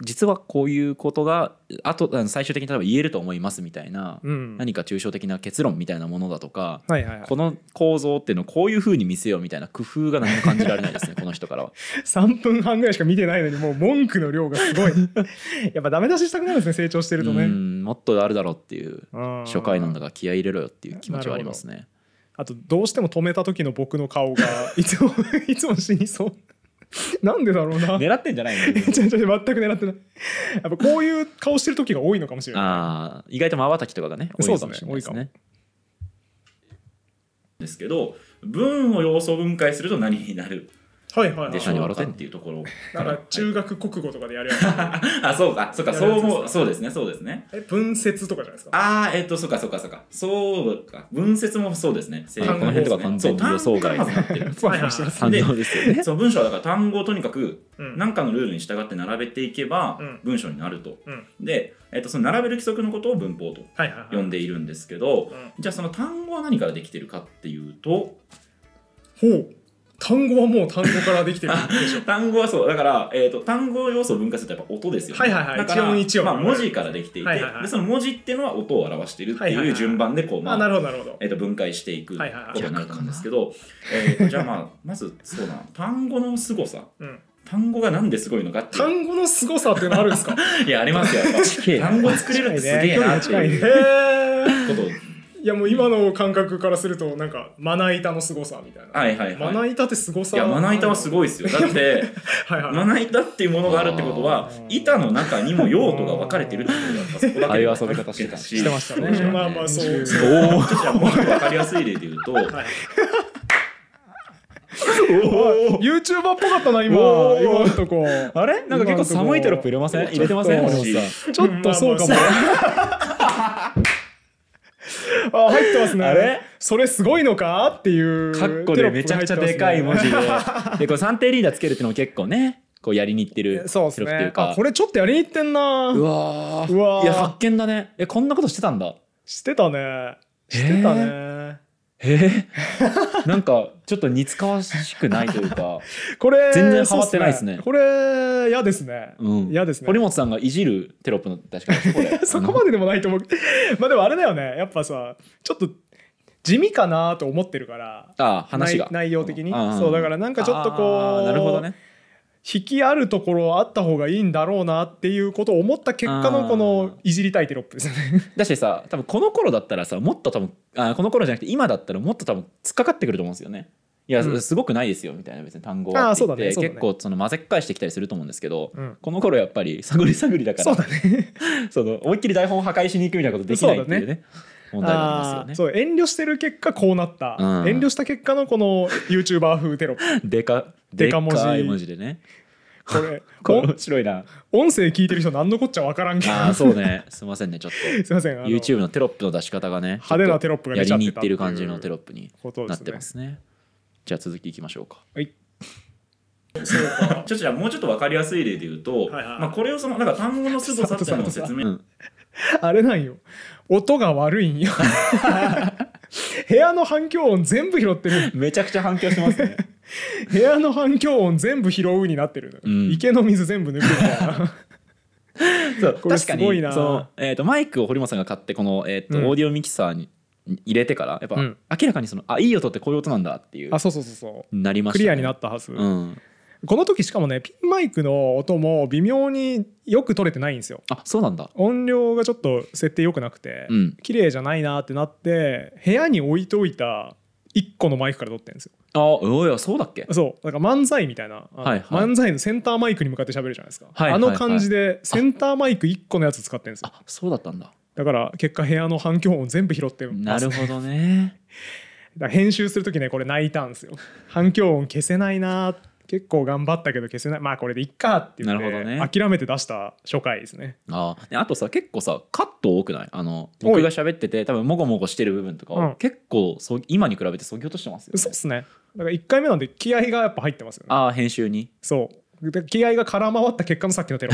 Speaker 2: 実はこういうことがあとあの最終的に例えば言えると思いますみたいな、
Speaker 1: うん
Speaker 2: 何か抽象的な結論みたいなものだとか、
Speaker 1: はいはいはい
Speaker 2: この構造っていうのをこういうふうに見せようみたいな工夫が何も感じられないですねこの人からは。
Speaker 1: 3分半ぐらいしか見てないのにもう文句の量がすごい やっぱダメ出ししたくなるんですね成長してると
Speaker 2: う
Speaker 1: ね
Speaker 2: んもっとあるだろうっていう
Speaker 1: うん
Speaker 2: 初回なんだから気合い入れろよっていう気持ちはありますね。
Speaker 1: あとどうしても止めた時の僕の顔がいつもいつも死にそうなんでだろうな、
Speaker 2: 狙ってんじゃないの
Speaker 1: ちょちょ全く狙ってないやっぱこういう顔してる時が多いのかもしれない
Speaker 2: あー意外とまばたきとかがね多いのかもしれないです
Speaker 1: そうですね多い
Speaker 2: ね。
Speaker 4: ですけど文を要素分解すると何になる
Speaker 1: はいはいは
Speaker 4: で
Speaker 1: い
Speaker 4: しょ
Speaker 2: 何
Speaker 4: う
Speaker 2: 笑
Speaker 4: か
Speaker 2: ってん
Speaker 4: っ
Speaker 2: の
Speaker 4: ていうところ
Speaker 1: なんか中学国語とかでやるや つ
Speaker 4: あそうかそうか
Speaker 1: や
Speaker 4: そ
Speaker 1: る
Speaker 4: う
Speaker 1: やつですか
Speaker 4: 思うそうですねそうですね
Speaker 1: え文節とかじゃないですか
Speaker 4: あーえっとそうかそうかそうかそうか文節もそうですね
Speaker 1: 単語
Speaker 4: この辺
Speaker 1: です
Speaker 4: とか
Speaker 1: ね
Speaker 4: 完全に予
Speaker 2: そう単語
Speaker 4: 想外
Speaker 2: からまずな
Speaker 1: ふわふわしてます
Speaker 2: 反応ですよね。
Speaker 4: そう文章はだから単語をとにかく
Speaker 1: うん
Speaker 4: 何かのルールに従って並べていけば
Speaker 1: うん
Speaker 4: 文章になると、
Speaker 1: うん
Speaker 4: で、えっとその並べる規則のことを文法と
Speaker 1: はいはいはい
Speaker 4: 呼んでいるんですけど、
Speaker 1: うん
Speaker 4: じゃあその単語は何からできてるかっていうと
Speaker 1: ほう単語はもう単語からできて るでしょ
Speaker 4: 単語はそうだから、えっと単語要素を分解するとやっぱ音ですよね、
Speaker 1: はいはいはい
Speaker 4: だから
Speaker 1: 一音一音
Speaker 4: まあ、文字からできていて、
Speaker 1: はいはいはい
Speaker 4: でその文字っていうのは音を表しているって
Speaker 1: はいはい
Speaker 4: い
Speaker 1: は
Speaker 4: う
Speaker 1: い
Speaker 4: 順番でこう、
Speaker 1: あ
Speaker 4: ま
Speaker 1: な
Speaker 4: あ
Speaker 1: るほどなるほど
Speaker 4: えっと分解していく
Speaker 1: はいはいはい
Speaker 4: ことになると思うんですけど、えっとじゃあまあまずそうだな単語の凄さ
Speaker 1: うん
Speaker 4: 単語がなんですごいの かっていう
Speaker 1: 単語の凄さっていうのあるん ですか
Speaker 4: いやありますよやっぱ
Speaker 2: けえな
Speaker 4: 単語作れるってすげえなって
Speaker 1: 近い
Speaker 4: い
Speaker 1: ね
Speaker 4: う
Speaker 1: へー
Speaker 4: こと
Speaker 1: いやもう今の感覚からするとなんかまな板の凄さみたいな、
Speaker 4: はいはい
Speaker 1: ま
Speaker 4: は
Speaker 1: ない板って凄さ
Speaker 4: いやまな板はす
Speaker 1: い
Speaker 4: ごいですよ だって
Speaker 1: はいはい、
Speaker 4: まな板っていうものがあるってことは
Speaker 1: あー
Speaker 4: 板の中にも用途が分かれてるってことだ
Speaker 2: ああいう遊び
Speaker 4: だ
Speaker 2: 方してた
Speaker 4: し
Speaker 1: してましたね
Speaker 2: そう
Speaker 1: まあまあそう
Speaker 2: うん
Speaker 1: そう
Speaker 2: おー
Speaker 4: じゃあもっと分かりやすい例で言うと
Speaker 1: はいおー YouTuber っぽかったな今
Speaker 2: おー
Speaker 1: 今のとこ
Speaker 2: あれなんか結構寒いテロップ入れません入れてませ
Speaker 1: ち
Speaker 2: ん
Speaker 1: ょっ
Speaker 2: 俺
Speaker 1: と
Speaker 2: もさ
Speaker 1: ちょっとそう かも、あ入ってますね
Speaker 2: あれ
Speaker 1: それすごいのかっていう
Speaker 2: カッコでめちゃくちゃでかい文字
Speaker 1: テ
Speaker 2: で
Speaker 1: ロップが入ってますね
Speaker 2: でこう3点リーダーつけるっていうのも結構ねこうやりにいってる
Speaker 1: そうです
Speaker 2: テロップってい
Speaker 1: ね
Speaker 2: うか
Speaker 1: あこれちょっとやりにいってんな
Speaker 2: うわー
Speaker 1: うわー
Speaker 2: いや発見だねえこんなことしてたんだ
Speaker 1: してたねしてたね、
Speaker 2: へえーなんかちょっと似つかわしくないとい うか、
Speaker 1: これ
Speaker 2: 全然ハマってないですね
Speaker 1: そうこれ嫌ですね
Speaker 2: うん、
Speaker 1: 嫌ですね
Speaker 2: 堀本さんがいじるテロップの確かにこれ
Speaker 1: そこまででもないと思うまあでもあれだよねやっぱさちょっと地味かなと思ってるから
Speaker 2: ああ話が
Speaker 1: 内内容的に、
Speaker 2: んん
Speaker 1: そうだからなんかちょっとこ
Speaker 2: あ
Speaker 1: う
Speaker 2: ーなるほどね
Speaker 1: 引きあるところあった方がいいんだろうなっていうことを思った結果
Speaker 2: あ
Speaker 1: の
Speaker 2: ー
Speaker 1: このいじりたいテロップですよね。
Speaker 2: だしさ多分この頃だったらさもっと多分あこの頃じゃなくて今だったらもっと多分突っかかってくると思うんですよねいや、
Speaker 1: うん
Speaker 2: すごくないですよみたいな別に単語は
Speaker 1: あー
Speaker 2: って言
Speaker 1: そう
Speaker 2: って
Speaker 1: だねそうだね
Speaker 2: 結構その混ぜっ返してきたりすると思うんですけど、
Speaker 1: うん
Speaker 2: この頃やっぱり探り探りだか
Speaker 1: そう
Speaker 2: ら
Speaker 1: だね。
Speaker 2: その思いっきり台本を破壊しに行くみたいなことできないっていうね
Speaker 1: そうだ
Speaker 2: 問題があ
Speaker 1: あ
Speaker 2: り
Speaker 1: あー、
Speaker 2: ますよ
Speaker 1: そう遠慮してる結果こうなった。
Speaker 2: うん
Speaker 1: 遠慮した結果のこの YouTuber 風テロッ プ。
Speaker 2: ねでか
Speaker 1: でか文字
Speaker 2: でい文字でね
Speaker 1: これ
Speaker 2: これ面白いな
Speaker 1: お音声聞いてる人何のこっちゃわからんけど。
Speaker 2: あーそうねすいませんねちょっ
Speaker 1: すいませ ん。あ
Speaker 2: と
Speaker 1: の
Speaker 2: YouTube のテロップの出し方がね
Speaker 1: 派手なテロップが
Speaker 2: や
Speaker 1: 出ち
Speaker 2: り
Speaker 1: ゃっ
Speaker 2: に
Speaker 1: て
Speaker 2: 行
Speaker 1: た
Speaker 2: ってる感じのテロップに
Speaker 1: ことで
Speaker 2: なっ
Speaker 1: す
Speaker 2: て
Speaker 1: ね
Speaker 2: ま。すねじゃあ続きいきましょうか
Speaker 1: はい。
Speaker 4: ちょっとじゃあもうちょっと分かりやすい例で言うと、
Speaker 1: はいはい
Speaker 4: まあ、これをそのなんか単語の凄さっていうのを説明
Speaker 2: うん
Speaker 1: あれなんよ。音が悪いん よ。部屋の反響音全部拾ってる。
Speaker 2: めちゃくちゃ反響しますね
Speaker 1: 部屋の反響音全部拾うになってる。
Speaker 2: うん
Speaker 1: 池の水全部抜くみたい な。
Speaker 2: そう
Speaker 1: これ
Speaker 2: 確か
Speaker 1: すご
Speaker 2: に
Speaker 1: いな
Speaker 2: その、えー、とマイクを堀本さんが買ってこの、えーと
Speaker 1: うん
Speaker 2: オーディオミキサーに入れてからやっぱ、
Speaker 1: うん
Speaker 2: 明らかにそのあいい音ってこういう音なんだっていう
Speaker 1: あそうそうそうそう。
Speaker 2: なりました
Speaker 1: ク
Speaker 2: ね
Speaker 1: リアになったはず、
Speaker 2: うん、
Speaker 1: この時しかもねピンマイクの音も微妙によく取れてないんですよ
Speaker 2: あそうなんだ
Speaker 1: 音量がちょっと設定良くなくて、
Speaker 2: うん
Speaker 1: 綺麗じゃないなってなって部屋に置いておいた1個のマイクから撮ってるんですよ
Speaker 2: あおやそうだっけ
Speaker 1: そうだから漫才みたいな、あの
Speaker 2: はいはい
Speaker 1: 漫才のセンターマイクに向かって喋るじゃないですか、
Speaker 2: はいはいはい
Speaker 1: あの感じでセンターマイク1個のやつ使ってるんですよ
Speaker 2: あそうだったんだ
Speaker 1: だから結果部屋の反響音全部拾って
Speaker 2: な
Speaker 1: ます
Speaker 2: るほどね
Speaker 1: だから編集する時ねこれ泣いたんですよ反響音消せないな結構頑張ったけど消せないまあこれでいっかって言っ
Speaker 2: なるほ
Speaker 1: て、
Speaker 2: どね
Speaker 1: 諦めて出した初回ですね
Speaker 2: あーであとさ結構さカット多くないあの
Speaker 1: 多い
Speaker 2: 僕が喋ってて多分もごもごしてる部分とかを、
Speaker 1: うん
Speaker 2: 結構そ今に比べてそぎ落としてますよ、ね、
Speaker 1: そうっすねだから1回目なんで気合がやっぱ入ってますよね
Speaker 2: ああ編集に
Speaker 1: そうで気合が空回った結果のさっきのテ ロ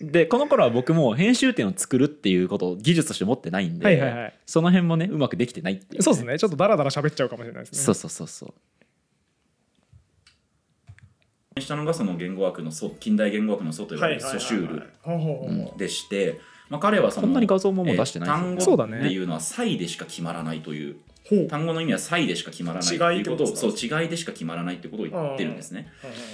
Speaker 2: でこの頃は僕も編集点を作るっていうことを技術として持ってないんで、
Speaker 1: はいはいはい
Speaker 2: その辺もねうまくできてないっていう、
Speaker 1: そうですねちょっとダラダラ喋っちゃうかもしれないですね
Speaker 2: そうそうそうそう
Speaker 4: したのがその言語学の祖近代言語学の 祖と呼ばれるソシュール
Speaker 1: ほうほうほう
Speaker 4: でして、まあ、彼はその
Speaker 2: こんなに画像ももう出してない
Speaker 4: えー
Speaker 2: です
Speaker 1: そう
Speaker 4: 単語
Speaker 1: だ
Speaker 4: っ
Speaker 1: ね
Speaker 4: ていうのは「差異」でしか決まらないという
Speaker 1: ほう
Speaker 4: 単語の意味は「差異」でしか決まらないっていうことをそう違いでしか決まらないってことを言ってるんですね。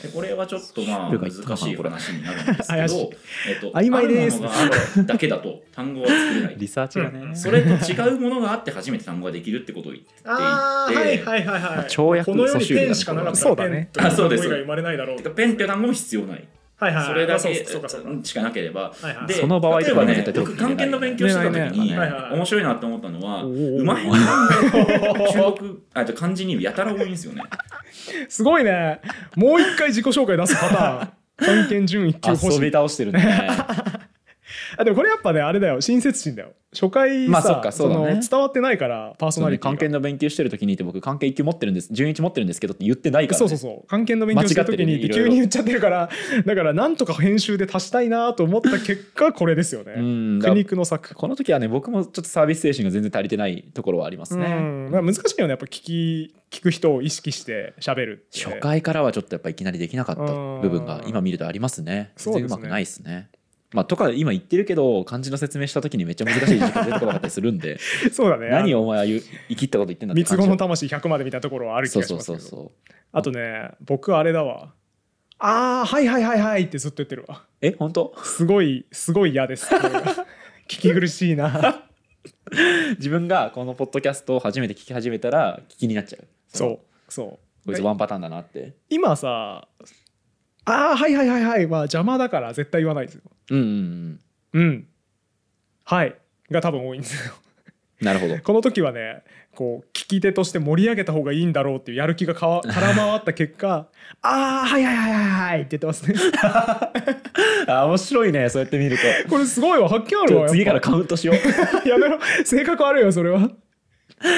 Speaker 4: でこれはちょっとまあ
Speaker 2: ルが言ったのか
Speaker 4: 難しい
Speaker 2: これ
Speaker 4: 話になるんですけ
Speaker 1: 怪し
Speaker 4: ど
Speaker 1: い、
Speaker 4: えっと、
Speaker 1: 曖昧です
Speaker 4: あるものがあるだけだと単語は作れない
Speaker 2: リサーチがね、
Speaker 4: それと違うものがあって初めて単語ができるってことを言っていて
Speaker 1: あーはいはいはいはい、
Speaker 2: まあ跳躍
Speaker 1: この世
Speaker 2: ソ
Speaker 1: に
Speaker 2: シュールだね
Speaker 1: ペンしかなかった
Speaker 2: そ
Speaker 1: ら
Speaker 2: うだね
Speaker 1: ペンと
Speaker 4: あそうです
Speaker 1: 思いが生まれないだろう
Speaker 4: てかペンって単語も必要ない
Speaker 1: はいはい
Speaker 4: それだけ
Speaker 1: まあそうかそうかそうか
Speaker 4: しかなければ
Speaker 1: はいはい
Speaker 4: で
Speaker 2: その場合
Speaker 4: 例え
Speaker 2: と
Speaker 4: ば
Speaker 2: かね
Speaker 4: ね
Speaker 2: 絶対手を
Speaker 4: 僕
Speaker 2: 組んでない
Speaker 4: 漢検の勉強してた時に
Speaker 2: ね
Speaker 1: はいはい
Speaker 4: 面白いなと思ったのは
Speaker 1: おー
Speaker 4: うまいな 中国あと漢字にやたら多いんですよね
Speaker 1: すごいねもう一回自己紹介出すパターン案件順一級欲
Speaker 2: 遊
Speaker 1: し
Speaker 2: び
Speaker 1: い
Speaker 2: 倒し てるね
Speaker 1: あでもこれやっぱねあれだよ親切心だよ初回さ、
Speaker 2: まあそっかそうだね
Speaker 1: の伝わってないからパーソ
Speaker 2: そ
Speaker 1: ナ
Speaker 2: う
Speaker 1: リ
Speaker 2: ね
Speaker 1: ティ
Speaker 2: 関
Speaker 1: が
Speaker 2: 係の勉強してる時にって僕関係1級持ってるんです順一持ってるんですけどって言ってないから、
Speaker 1: そ
Speaker 2: ね、
Speaker 1: うそうそう関係の勉強してる時に
Speaker 2: 間違ってるね
Speaker 1: 急
Speaker 2: いろいろ
Speaker 1: に言っちゃってるからだからなんとか編集で足したいなと思った結果これですよね
Speaker 2: うんだ
Speaker 1: 苦肉の策
Speaker 2: この時はね僕もちょっとサービス精神が全然足りてないところはあります
Speaker 1: う
Speaker 2: ね、
Speaker 1: ん、まあ難しいよねやっぱ聞き聞く人を意識して喋るって
Speaker 2: 初回からはちょっとやっぱいきなりできなかった部分が
Speaker 1: うん
Speaker 2: 今見るとありますね。
Speaker 1: そ
Speaker 2: 全
Speaker 1: うですね
Speaker 2: 然うまくないですね。まあ、とか今言ってるけど漢字の説明した時にめっちゃ難しい字が出てこなかったりするんで
Speaker 1: そうだね
Speaker 2: 何
Speaker 1: を
Speaker 2: をお前は言う生きったこと言ってんだって
Speaker 1: 三つ
Speaker 2: 感
Speaker 1: 子
Speaker 2: じ
Speaker 1: の魂100までみたいなところはある気
Speaker 2: そう
Speaker 1: がし
Speaker 2: そう
Speaker 1: ますけ
Speaker 2: そ
Speaker 1: ど
Speaker 2: うそう
Speaker 1: あとね僕あれだわあーはいはいはいはいってずっと言ってるわ
Speaker 2: え本当
Speaker 1: すごいすごい嫌 ですこれが聞き苦しいな
Speaker 2: 自分がこのポッドキャストを初めて聞き始めたら聞きになっちゃう
Speaker 1: そうそう
Speaker 2: こいつワンパターンだなって
Speaker 1: 今さあーはいはいはいはいは邪魔だから絶対言わないですよ
Speaker 2: うんうんうん
Speaker 1: うんはいが多分多いんですよ
Speaker 2: なる ほど
Speaker 1: この時はねこう聞き手として盛り上げた方がいいんだろうっていうやる気が かわ空回った結果あーはいはいはいはいはいって言ってますね
Speaker 2: あ面白いねそうやって見ると
Speaker 1: これすごいわ発見あ
Speaker 2: ち
Speaker 1: る
Speaker 2: ょ
Speaker 1: わ
Speaker 2: 次から
Speaker 1: やっ
Speaker 2: カウントしよう
Speaker 1: ぱやめろ性格悪いよそれは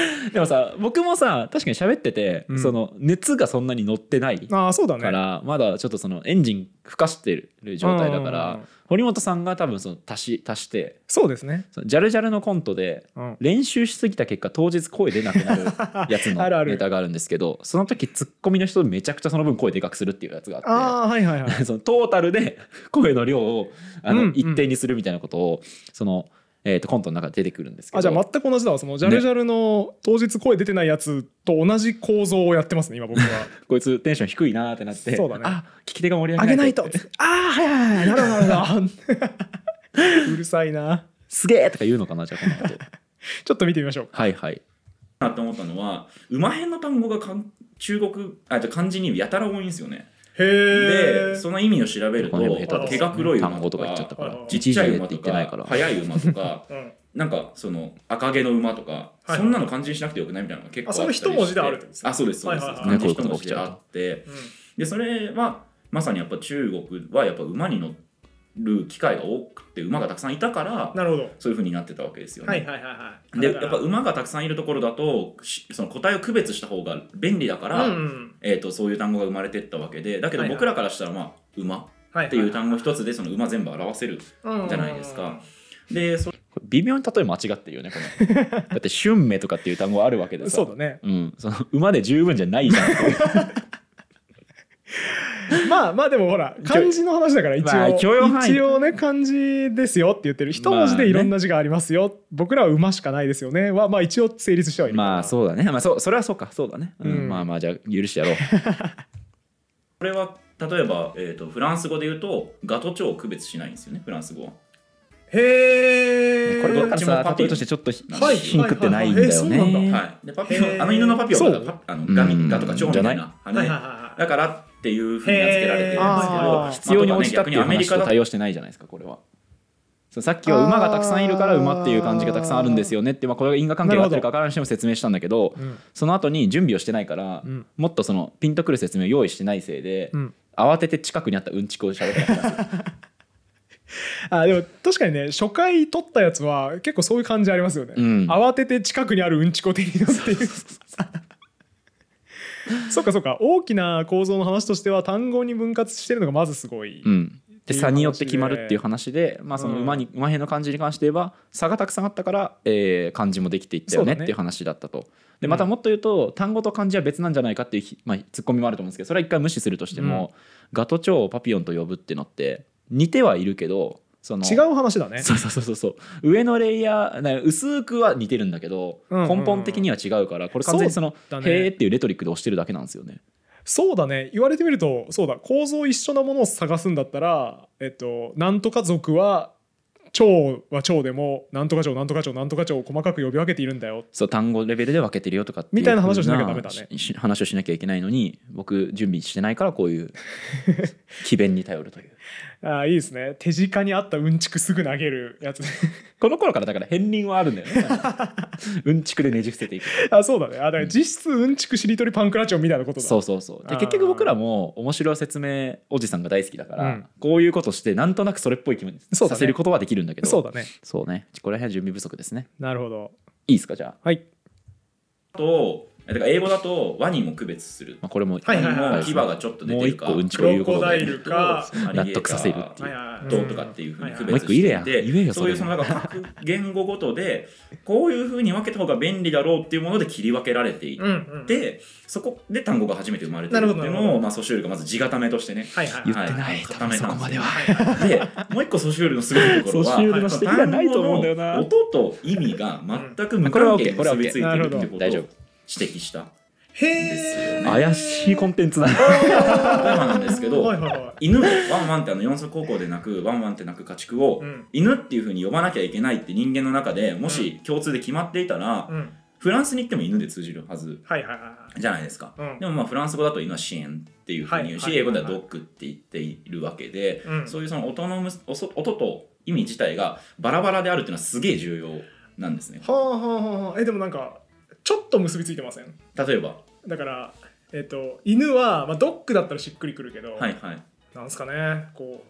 Speaker 2: でもさ僕もさ確かに喋ってて、
Speaker 1: うん
Speaker 2: その熱がそんなに乗ってないか
Speaker 1: ああそうだね
Speaker 2: ら、まだちょっとそのエンジンふかしてる状態だか
Speaker 1: う
Speaker 2: ら
Speaker 1: ん
Speaker 2: 堀本さんが多分その足し足して
Speaker 1: そうですね、
Speaker 2: そのジャルジャルのコントで
Speaker 1: うん、
Speaker 2: 練習しすぎた結果当日声出なくなる やつ
Speaker 1: あるあ
Speaker 2: の
Speaker 1: る
Speaker 2: ネタがあるんですけどその時ツッコミの人めちゃくちゃその分声でかくするっていうやつが
Speaker 1: あ
Speaker 2: あって。
Speaker 1: あはいはいはい
Speaker 2: そのトータルで声の量をあ
Speaker 1: う
Speaker 2: の、
Speaker 1: んうん
Speaker 2: 一定にするみたいなことをその、えー、とコントの中で出てくるんですけど
Speaker 1: あじゃあ全く同じだわそのジャルジャルの当日声出てないやつと同じ構造をやってますね今僕は
Speaker 2: こいつテンション低いなーってなって
Speaker 1: そうだね
Speaker 2: あ聞き手が盛り上
Speaker 1: 上げ
Speaker 2: げ
Speaker 1: な
Speaker 2: ない
Speaker 1: い
Speaker 2: と
Speaker 1: と ああはいはいはいなるほど なるほどうるさいな
Speaker 2: すげえとか言うのかなじゃあこの 後
Speaker 1: ちょっと見てみましょう
Speaker 2: はいはい
Speaker 4: なと思ったのは馬編の単語がかん中国あじゃあ漢字にやたら多いんですよね
Speaker 1: へえ
Speaker 4: でその意味を調べると
Speaker 2: この辺も下手
Speaker 4: 毛
Speaker 2: です
Speaker 4: が黒い馬
Speaker 2: 単語
Speaker 4: と
Speaker 2: とか言っちゃった
Speaker 4: か
Speaker 2: から
Speaker 1: あ
Speaker 2: 「
Speaker 1: あ
Speaker 4: ち
Speaker 2: じ
Speaker 4: っち
Speaker 2: じ
Speaker 4: ゃ
Speaker 2: い
Speaker 4: い
Speaker 2: え」っ
Speaker 4: 馬
Speaker 2: て言
Speaker 4: と
Speaker 2: ってないか
Speaker 4: から速い馬とか
Speaker 1: うん、
Speaker 4: なんかその赤毛の馬とか
Speaker 1: はい
Speaker 4: そんなの漢字にしなくてよくないみたいなのが結構
Speaker 1: あその
Speaker 4: ったりして
Speaker 1: 一文字であるってことですね
Speaker 4: あそうですそうです
Speaker 1: はいはい
Speaker 2: はい
Speaker 4: 漢字一文字であって
Speaker 1: うん
Speaker 4: でそれはまさにやっぱ中国はやっぱ馬に乗る機会が多くて馬がたくさんいたから
Speaker 1: なるほど
Speaker 4: そういうふうになってたわけですよね。
Speaker 1: はいはいはいはい
Speaker 4: で
Speaker 1: だ
Speaker 4: や
Speaker 1: か
Speaker 4: っ
Speaker 1: ら
Speaker 4: ぱ馬がたくさんいるところだとしその個体を区別した方が便利だから、
Speaker 1: うんうん
Speaker 4: えー、とそういう単語が生まれてったわけでだけど
Speaker 1: はいはい
Speaker 4: 僕らからしたらまあ馬
Speaker 1: は
Speaker 4: っていう単語一つでその馬全部表せるじゃないですか。でそ
Speaker 2: これ微妙に例え間違ってるよねこ のだって「春明」とかっていう単語あるわけ
Speaker 1: う
Speaker 2: で
Speaker 1: ん
Speaker 2: さ
Speaker 1: そうだね
Speaker 2: うん、その馬で十分じゃないじゃんっていう
Speaker 1: まあまあでもほら漢字の話だから一応、
Speaker 2: まあ許容範囲
Speaker 1: 一応ね漢字ですよって言ってる一文字でいろんな字がありますよ、僕らは馬しかないですよねはまあ一応成立してはいるから
Speaker 2: まあそうだねまあそうそれはそうかそうだね、うん
Speaker 1: うん
Speaker 2: まあまあじゃあ許してやろう
Speaker 4: これは例えば、えー、とフランス語で言うとガとチョウを区別しないんですよねフランス語は。
Speaker 1: へえ
Speaker 2: これどっか
Speaker 4: ち
Speaker 2: ら
Speaker 4: も
Speaker 2: さ
Speaker 4: パピ
Speaker 2: 例えとしてちょっとひ
Speaker 4: はい
Speaker 2: ひんくってないんだよ
Speaker 1: はいはいはいえそうなん
Speaker 2: ね、
Speaker 1: だ
Speaker 4: はい、でパピ
Speaker 1: へー
Speaker 4: オあの犬のパピオ
Speaker 1: そ
Speaker 4: が
Speaker 1: う
Speaker 4: パあのガミ
Speaker 2: うん
Speaker 4: ガとかチョウみたいな
Speaker 1: は
Speaker 4: 羽
Speaker 1: いはい
Speaker 4: 根
Speaker 1: はい
Speaker 4: だからっていうふうに名付けられてるんですけ
Speaker 1: へー
Speaker 4: ど、まあ
Speaker 2: 必要に応じたっていう
Speaker 4: とかね逆にアメリ
Speaker 2: 話
Speaker 4: カ
Speaker 2: と
Speaker 4: だと
Speaker 2: 対応してないじゃないですかこれはそうさっきは馬がたくさんいるから馬っていう漢字がたくさんあるんですよねって、まあ、これが因果関係があってるか分からんしても説明したんだけど
Speaker 1: うん
Speaker 2: その後に準備をしてないから、
Speaker 1: うん
Speaker 2: もっとそのピンとくる説明を用意してないせいで、
Speaker 1: うん
Speaker 2: 慌てて近くにあったうんちくを喋ったんですよ
Speaker 1: あでも確かにね初回撮ったやつは結構そういう感じありますよね、
Speaker 2: うん
Speaker 1: 慌てて近くにあるうんちこ手に乗って いうそうかそうか大きな構造の話としては単語に分割してるのがまずすごい、
Speaker 2: うん
Speaker 1: って
Speaker 2: で
Speaker 1: いう
Speaker 2: 差によって決まるっていう話で、まあ、その馬に、馬辺の漢字に関して言えば差がたくさんあったから、えー漢字もできていったよ
Speaker 1: そ
Speaker 2: ね
Speaker 1: う
Speaker 2: っ
Speaker 1: だね
Speaker 2: ていう話だったと。でまたもっと言うと、単語と漢字は別なんじゃないかっていうひ、まあ、ツッコミもあると思うんですけどそれは一回無視するとしても、ガトチョウをパピヨンと呼ぶっていうのって似てはいるけどその
Speaker 1: 違う話だね
Speaker 2: そうそうそうそうそう上のレイヤーな薄くは似てるんだけど、
Speaker 1: うんうんうん
Speaker 2: 根本的には違うからこれ完全にそ
Speaker 1: そ
Speaker 2: の「
Speaker 1: うだね
Speaker 2: へーっていうレトリックで押してるだけなんですよね。
Speaker 1: そうだね言われてみるとそうだ構造一緒なものを探すんだったらえっとなんとか族は蝶は蝶でもなんとか蝶なんとか蝶なんとか蝶を細かく呼び分けているんだよ
Speaker 2: そう単語レベルで分けてるよとかってう
Speaker 1: みたいな話をしなきゃダメだね
Speaker 2: しし話をしなきゃいけないのに僕準備してないからこういう詭弁に頼るという
Speaker 1: あーいいですね手近にあったうんちくすぐ投げるやつ
Speaker 2: この頃からだから片鱗はあるんだよ ねうんちくでねじ伏せていく
Speaker 1: あそうだねあだから実質うんちくしりとりパンクラチョンみたいなことだ
Speaker 2: そうそうそう
Speaker 1: あ
Speaker 2: で
Speaker 1: ー
Speaker 2: 結局僕らも面白い説明おじさんが大好きだから、
Speaker 1: うん
Speaker 2: こういうことしてなんとなくそれっぽい気分に
Speaker 1: そうだね
Speaker 2: させることはできるんだけど
Speaker 1: そうだね
Speaker 2: そうねこれ辺は準備不足ですね
Speaker 1: なるほど
Speaker 2: いいですかじゃあ、
Speaker 1: はい
Speaker 4: とだから英語だとワニも区別する。
Speaker 2: まあ、これも
Speaker 1: はいはい
Speaker 4: ワニも牙がちょっと出
Speaker 2: もう
Speaker 4: てる
Speaker 2: 一
Speaker 4: か。
Speaker 2: 個うんちくを言うこと
Speaker 1: クロコダイ
Speaker 2: で
Speaker 1: ルか
Speaker 2: 納得させるってい
Speaker 1: は
Speaker 2: う
Speaker 1: いはいはい
Speaker 4: どうとかっていうふうに区
Speaker 2: もう
Speaker 4: 別
Speaker 2: 一
Speaker 4: し
Speaker 2: 個
Speaker 4: て
Speaker 2: 入
Speaker 4: い
Speaker 2: れ
Speaker 4: て、
Speaker 2: や言えよそ
Speaker 4: そ
Speaker 2: れ
Speaker 4: ういうそのなんか各言語ごとでこういうふうに分けた方が便利だろうっていうもので切り分けられていて、
Speaker 1: うんうん
Speaker 4: そこで単語が初めて生まれてるってい
Speaker 1: な
Speaker 4: う
Speaker 1: るほどなる
Speaker 4: の
Speaker 1: ほ
Speaker 4: を、まあ、ソシュールがまず字固めとしてね
Speaker 1: はいはい
Speaker 2: 言っ
Speaker 1: はい
Speaker 2: てない、
Speaker 4: はい
Speaker 2: 多分そこまでは
Speaker 4: でもう一個ソシュールのすごいところは
Speaker 2: ソシュールの指摘がないと思うんだよな
Speaker 4: 単語の音と意味が全く無関係に結びついてるってことを
Speaker 2: 大丈
Speaker 4: 指
Speaker 2: 夫
Speaker 4: 摘したんです
Speaker 1: へえ
Speaker 4: よね。
Speaker 2: 怪しいコンテンツだな
Speaker 4: 例えばなんですけど、
Speaker 1: はいはいはい
Speaker 4: 犬をワンワンってあの四足歩行でなくワンワンってなく家畜を、
Speaker 1: うん
Speaker 4: 犬っていうふうに呼ばなきゃいけないって人間の中でもし共通で決まっていたら、
Speaker 1: うん
Speaker 4: フランスに行っても犬で通じるはず
Speaker 1: はいはいはい
Speaker 4: じゃないですか、
Speaker 1: うん
Speaker 4: でもまあフランス語だと犬はシエンっていうふうに言うし、
Speaker 1: はいはい
Speaker 4: 英語ではドッグって言っているわけで、
Speaker 1: うん
Speaker 4: そういうその音のむおそ音と意味自体がバラバラであるっていうのはすげえ重要なんですね
Speaker 1: はあはあはあはあえでもなんかちょっと結びついてません
Speaker 4: 例えば
Speaker 1: だから、えっと犬は、まあ、ドッグだったらしっくりくるけど、
Speaker 4: はいはい
Speaker 1: なんですかねこう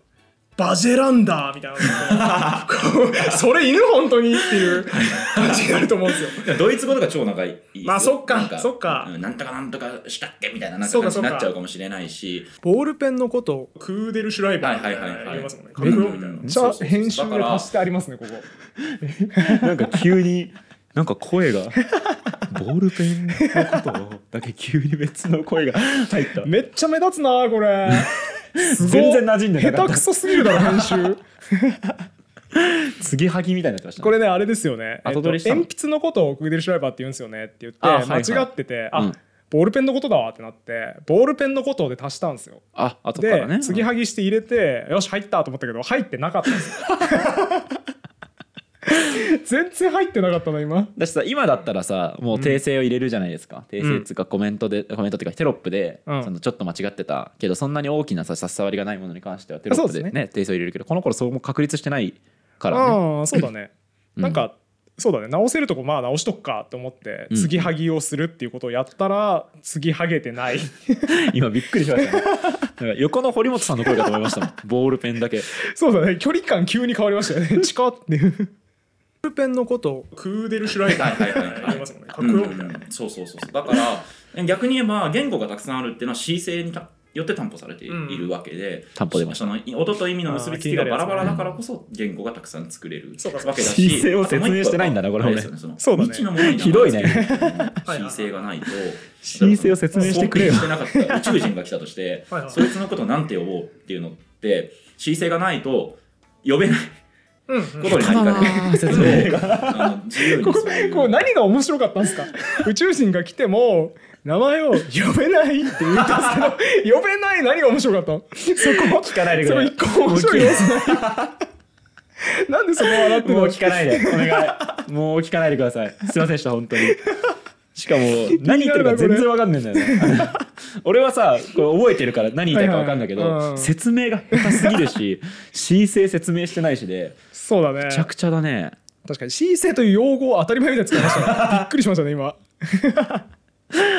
Speaker 1: バジェランダーみたいなこうそれ犬本当にっていう感じになると思うんですよ
Speaker 4: いやドイツ語とか超長いですよ
Speaker 1: まあそっか
Speaker 4: なん
Speaker 1: そっか
Speaker 4: うんなんとかなんとかしたっけみたいななん
Speaker 1: そ
Speaker 4: か
Speaker 1: うかそ
Speaker 4: 感じに
Speaker 1: う
Speaker 4: な
Speaker 1: か
Speaker 4: っちゃうかもしれないし
Speaker 1: ボールペンのことをクーデルシュライバーみたい
Speaker 4: はいはいはい
Speaker 1: な
Speaker 4: はい
Speaker 1: 言いますもんね
Speaker 2: めっ
Speaker 1: クロみたいなめっち
Speaker 4: そう
Speaker 1: ゃ
Speaker 4: そうそう
Speaker 1: 編集
Speaker 4: だか
Speaker 1: で
Speaker 4: ら
Speaker 1: 足してありますねここ
Speaker 2: なんか急になんか声がボールペンのことをだけ急に別の声が入った
Speaker 1: めっちゃ目立つなこ れすご
Speaker 2: 全然馴染んでな
Speaker 1: 下
Speaker 2: かっ
Speaker 1: 手
Speaker 2: た
Speaker 1: くそすぎるだろ編集
Speaker 2: 継ぎはぎみたいになってましたね
Speaker 1: これねあれですよね、えっと
Speaker 2: 後取りしたの
Speaker 1: 鉛筆のことをクーデルシュライバーって言うんですよねって言って
Speaker 2: あはいはい
Speaker 1: 間違っててあ、
Speaker 2: うん
Speaker 1: ボールペンのことだわってなってボールペンのことで足したんですよ
Speaker 2: あ後から
Speaker 1: で
Speaker 2: ね
Speaker 1: 継ぎはぎして入れてよし入ったと思ったけど入ってなかったん ですよ全然入ってなかったの今
Speaker 2: だしさ今だったらさもう訂正を入れるじゃないですか、訂正っつうかコメントでコメントっていうかテロップで、
Speaker 1: うん
Speaker 2: そのちょっと間違ってたけどそんなに大きなさ差し障りがないものに関してはテロップで
Speaker 1: そうです
Speaker 2: ね
Speaker 1: ね
Speaker 2: 訂正を入れるけどこの頃そうも確立してないからね
Speaker 1: ああそうだね
Speaker 2: うん
Speaker 1: なんかそうだね直せるとこまあ直しとくかと思って
Speaker 2: うん
Speaker 1: 継ぎはぎをするっていうことをやったら継ぎはげてない
Speaker 2: 今びっくりしましたねなんか横の堀本さんの声かと思いましたもんボールペンだけ
Speaker 1: そうだね距離感急に変わりましたよねチカっていうボールペンのことをクーデルシュライ
Speaker 4: は
Speaker 1: ダ
Speaker 4: い
Speaker 1: ー
Speaker 4: はいはい
Speaker 1: あ
Speaker 4: はい
Speaker 1: りますもんねかっこよみたいな、
Speaker 4: うんうんそうそうそうそうだから逆に言えば言語がたくさんあるっていうのは姿勢にたよって担保されてい
Speaker 1: うん
Speaker 4: るわけで、
Speaker 2: 担保出まし
Speaker 4: その音と意味の結びつ
Speaker 1: あ
Speaker 4: き
Speaker 1: ー
Speaker 4: が
Speaker 1: 気に
Speaker 4: バ
Speaker 1: なる
Speaker 4: ラ
Speaker 1: やつね
Speaker 4: バラだからこそ言語がたくさん作れる
Speaker 1: そうかそうか
Speaker 4: わけだし
Speaker 2: 姿勢を説明してないんだなこれ
Speaker 4: あともう一個あれですよね
Speaker 1: そ
Speaker 4: そう
Speaker 1: だ
Speaker 4: の
Speaker 1: ね
Speaker 4: 未知のものに
Speaker 2: ひどいね
Speaker 4: 姿勢がないと
Speaker 2: 姿勢を説明してくれよ
Speaker 4: 尊敬してなかった宇宙人が来たとして
Speaker 1: はいはい
Speaker 4: そいつのことをなんて呼ぼうっていうのって姿勢がないと呼べない
Speaker 1: うん
Speaker 4: こ
Speaker 1: うん
Speaker 4: とに何かね
Speaker 2: あー説明
Speaker 4: あの自由に
Speaker 1: ここ
Speaker 4: そういう
Speaker 1: こう何が面白かったんですか宇宙人が来ても名前を呼べないって言 ったんですけど呼べない何が面白かったのそこ
Speaker 2: 聞かないでく
Speaker 1: そ
Speaker 2: れ
Speaker 1: れ一個も面白い 要素ないなんでそこ笑ってんの
Speaker 2: もう聞かないでお願いもう聞かないでくださいすいませんでした本当にしかも何言ってるか全然わかんないんだよね 俺はさこれ覚えてるから何言いたいかわかんないけど、
Speaker 1: はいはいうん
Speaker 2: 説明が下手すぎるし 申請説明してないしで
Speaker 1: そうだね
Speaker 2: めちゃくちゃだね
Speaker 1: 確かに「新生」という用語を当たり前みたいに使いました ねびっくりしましたね今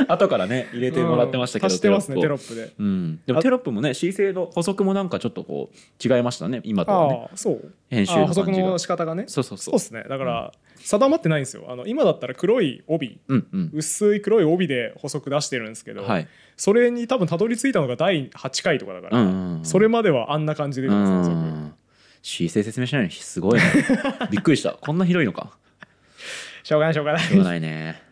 Speaker 2: 後からね入れてもらってましたけど、
Speaker 1: 足してますねテロ
Speaker 2: ップ
Speaker 1: ップで
Speaker 2: うん、でもテロップもね申請の補足もなんかちょっとこう違いましたね今とはね
Speaker 1: ああそう
Speaker 2: 編集の
Speaker 1: ああ補
Speaker 2: 感じが
Speaker 1: 足の仕方がね
Speaker 2: そうそうそ
Speaker 1: そう
Speaker 2: う
Speaker 1: ですねだから定まってないんですよあの今だったら黒い帯
Speaker 2: うんうん
Speaker 1: 薄い黒い帯で補足出してるんですけど、
Speaker 2: はい
Speaker 1: それに多分たどり着いたのが第8回とかだか
Speaker 2: う
Speaker 1: ら、
Speaker 2: んうんうん
Speaker 1: それまではあんな感じで
Speaker 2: う
Speaker 1: 言うん
Speaker 2: ん
Speaker 1: です
Speaker 2: う
Speaker 1: よ
Speaker 2: んうん申請説明しないのにすごいねびっくり したこんな広いのか
Speaker 1: しょうがないしょうがない
Speaker 2: しょうがないね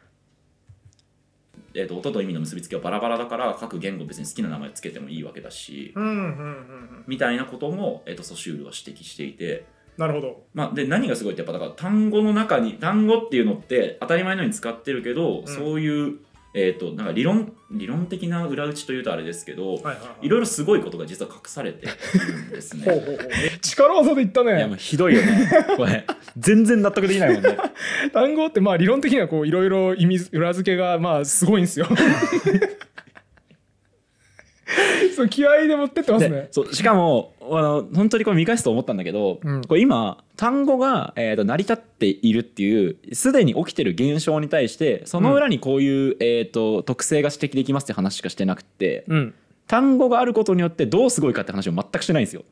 Speaker 4: えー、と音と意味の結びつきはバラバラだから各言語別に好きな名前つけてもいいわけだし、
Speaker 1: うんうんうん
Speaker 4: みたいなことも、えー、とソシュールは指摘していて、
Speaker 1: なるほど
Speaker 4: まあ、で何がすごいってやっぱだから単語の中に単語っていうのって当たり前のように使ってるけど、そういう、えー、となんか理論理論的な裏打ちというとあれですけ
Speaker 1: は
Speaker 4: ど、
Speaker 1: い
Speaker 4: い
Speaker 1: はいはい
Speaker 4: ろいろすごいことが実は隠されているんですね。
Speaker 1: ほうほうほう力技で言った
Speaker 2: いやも
Speaker 1: ね
Speaker 2: うひどいよねこれ全然納得できないもん ね
Speaker 1: 単語ってまあ理論的にはこういろいろ意味裏付けがまあすごいんですよ そう気合で持ってってます
Speaker 2: で
Speaker 1: ね
Speaker 2: そうしかもあの本当にこれ見返すと思ったんだけど、
Speaker 1: うん
Speaker 2: これ今単語が、えー、と成り立っているっていうすでに起きてる現象に対してその裏にこういう、えー、と特性が指摘できますって話しかしてなくて、
Speaker 1: うん
Speaker 2: 単語があることによってどうすごいかって話を全くしてないんですよ。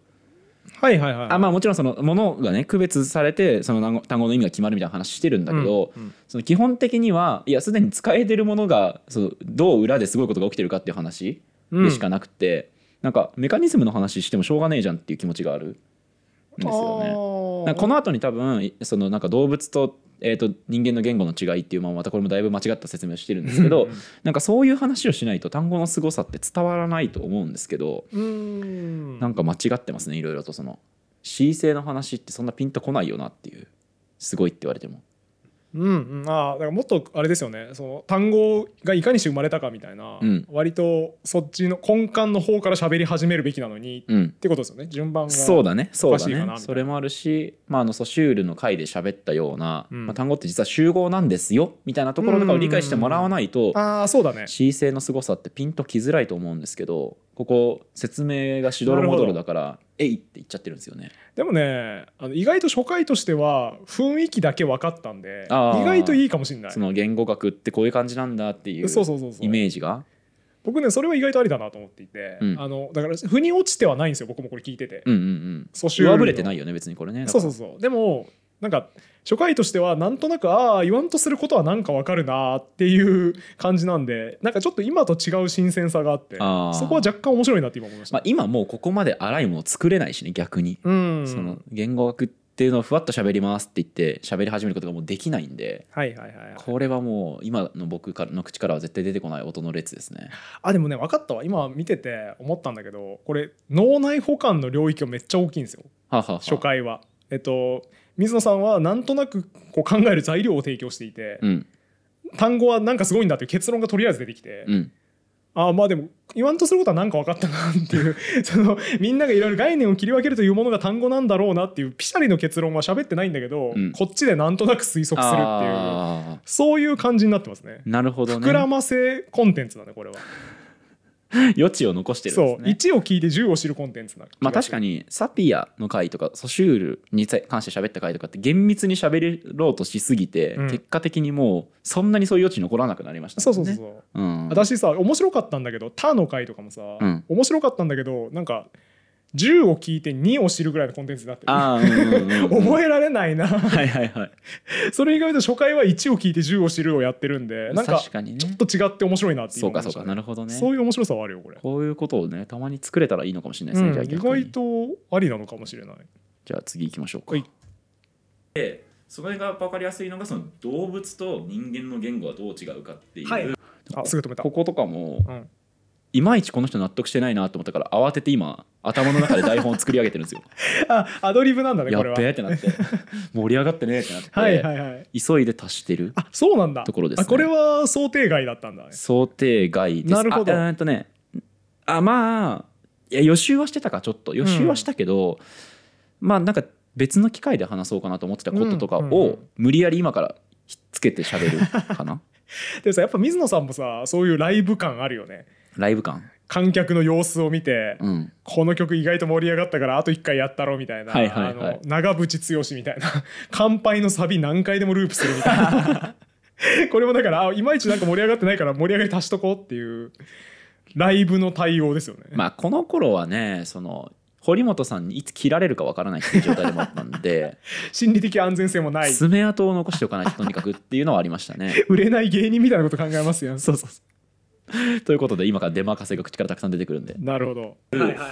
Speaker 1: はいはいはい
Speaker 2: あまあ、もちろんそのものがね区別されてその単語単語の意味が決まるみたいな話してるんだけど、
Speaker 1: うんうん
Speaker 2: その基本的にはいやすでに使えてるものがそのどう裏ですごいことが起きてるかっていう話でしかなくて、なんかメカニズムの話してもしょうがねえじゃんっていう気持ちがあるんですよね。なんかこ
Speaker 1: の
Speaker 2: の後に多分いそのなんか動物と,、えー、と人間の言語の違いっていうまあまたこれもだいぶ間違った説明をしてるんですけどなんかそういう話をしないと単語の凄さって伝わらないと思うんですけど
Speaker 1: うん
Speaker 2: なんか間違ってますねいろいろとその C 性の話ってそんなピンとこないよなっていうすごいって言われても
Speaker 1: うんうん、ああだからもっとあれですよねその単語がいかにして生まれたかみたいな、
Speaker 2: うん
Speaker 1: 割とそっちの根幹の方から喋り始めるべきなのにっ
Speaker 2: うん
Speaker 1: てことですよね順番が
Speaker 2: そうだねそうだ
Speaker 1: おかしいかなみたいな
Speaker 2: ねそれもあるし、まあ、あのソシュールの回で喋ったような、
Speaker 1: うん
Speaker 2: まあ、単語って実は集合なんですよみたいなところとかを理解してもらわないと
Speaker 1: ああそうだね
Speaker 2: C 性の凄さってピンときづらいと思うんですけどここ説明がしどろもどろだから「えい!」って言っちゃってるんですよね。
Speaker 1: でもねあの意外と初回としては雰囲気だけ分かったんで意
Speaker 2: あー
Speaker 1: 外といいかもしれない
Speaker 2: その言語学ってこういう感じなんだっていう
Speaker 1: そうそうそうそう
Speaker 2: イメージが
Speaker 1: 僕ねそれは意外とありだなと思っていて、
Speaker 2: うん
Speaker 1: あのだから腑に落ちてはないんですよ僕もこれ聞いてて、
Speaker 2: うんうんうん
Speaker 1: 訴訟
Speaker 2: 上振れてないよね別にこれね
Speaker 1: そうそううそうでもなんか初回としてはなんとなくああ言わんとすることはなんかわかるなーっていう感じなんでなんかちょっと今と違う新鮮さがあって
Speaker 2: あー
Speaker 1: そこは若干面白いなって今思いました、
Speaker 2: まあ、今もうここまで荒いもの作れないしね逆に、
Speaker 1: うん
Speaker 2: その言語学っていうのをふわっと喋りますって言って喋り始めることがもうできないんで
Speaker 1: はいはいはいはい
Speaker 2: これはもう今の僕からの口からは絶対出てこない音の列ですね
Speaker 1: あでもね分かったわ今見てて思ったんだけどこれ脳内補完の領域がめっちゃ大きいんですよ
Speaker 2: はあはあはあ
Speaker 1: 初回は。えっと水野さんはなんとなくこう考える材料を提供していて、
Speaker 2: うん
Speaker 1: 単語はなんかすごいんだっていう結論がとりあえず出てきて、
Speaker 2: うん
Speaker 1: ああまあでも言わんとすることはなんか分かったなっていう そのみんながいろいろ概念を切り分けるというものが単語なんだろうなっていうピシャリの結論は喋ってないんだけど、
Speaker 2: うん
Speaker 1: こっちでなんとなく推測するっていう
Speaker 2: あ
Speaker 1: そういう感じになってますね。
Speaker 2: ーなるほどね
Speaker 1: 膨らませコンテンツだねこれは、
Speaker 2: 余地を残してるんで
Speaker 1: そ
Speaker 2: す
Speaker 1: う
Speaker 2: ね
Speaker 1: 1を聞いて10を知るコンテンツな気がする
Speaker 2: まあ確かにサピアの回とかソシュールに関して喋った回とかって厳密に喋ろうとしすぎて、
Speaker 1: うん
Speaker 2: 結果的にもうそんなにそういう余地残らなくなりました
Speaker 1: そ
Speaker 2: も
Speaker 1: うんそ
Speaker 2: ね、
Speaker 1: うそうそう、
Speaker 2: うん、
Speaker 1: 私さ面白かったんだけど「他の回とかもさ、
Speaker 2: うん
Speaker 1: 面白かったんだけどなんか10を聞いて2を知るぐらいのコンテンツになってる
Speaker 2: ああ、うんうんうんうん
Speaker 1: 覚えられないな
Speaker 2: はいはいはい
Speaker 1: それ以外と初回は1を聞いて10を知るをやってるんでなんか
Speaker 2: 確かにね
Speaker 1: ちょっと違って面白いなって
Speaker 2: そうかそうかな
Speaker 1: る
Speaker 2: るほどね
Speaker 1: そういう面白さはあるよこれ、
Speaker 2: こういうことをねたまに作れたらいいのかもしれないですね、
Speaker 1: うん
Speaker 2: じゃあ
Speaker 1: 意
Speaker 2: 逆に
Speaker 1: 外とありなのかもしれない
Speaker 2: じゃあ次行きましょうか、
Speaker 1: はい
Speaker 4: それが分かりやすいのがその動物と人間の言語はどう違うかっていう、
Speaker 1: はいあすぐ止めた
Speaker 2: こことかも、
Speaker 1: うん
Speaker 2: いまいちこの人納得してないなと思ったから慌てて今頭の中で台本を作り上げてるんですよ
Speaker 1: あアドリブなんだね
Speaker 2: や
Speaker 1: これ
Speaker 2: っ
Speaker 1: は
Speaker 2: べえってなって 盛り上がってねえってなって、
Speaker 1: はいはいはい
Speaker 2: 急いで足してる
Speaker 1: あそうなんだ
Speaker 2: ところですね
Speaker 1: あこれは想定外だったんだね
Speaker 2: 想定外です
Speaker 1: なるほど
Speaker 2: あえっとねあまあいや予習はしてたかちょっと予習はしたけど、まあなんか別の機会で話そうかなと思ってたこととか
Speaker 1: うんうんう
Speaker 2: を
Speaker 1: ん
Speaker 2: 無理やり今からひっつけて喋るか な
Speaker 1: でさやっぱ水野さんもさそういうライブ感あるよね
Speaker 2: ライブ感
Speaker 1: 観客の様子を見て、
Speaker 2: うん
Speaker 1: この曲意外と盛り上がったからあと一回やったろみたいな、
Speaker 2: はいはいはい
Speaker 1: あの長渕剛みたいな 乾杯のサビ何回でもループするみたいな これもだからあいまいちなんか盛り上がってないから盛り上がり足しとこうっていうライブの対応ですよね、
Speaker 2: まあこの頃はねその堀本さんにいつ切られるかわからないっていう状態でもあったん で、
Speaker 1: 心理的安全性もない
Speaker 2: 爪痕を残しておかないととにかくっていうのはありました ね
Speaker 1: 売れない芸人みたいなこと考えますやんそうそう
Speaker 2: ということで今から出任せが口からたくさん出てくるんで
Speaker 1: なるほど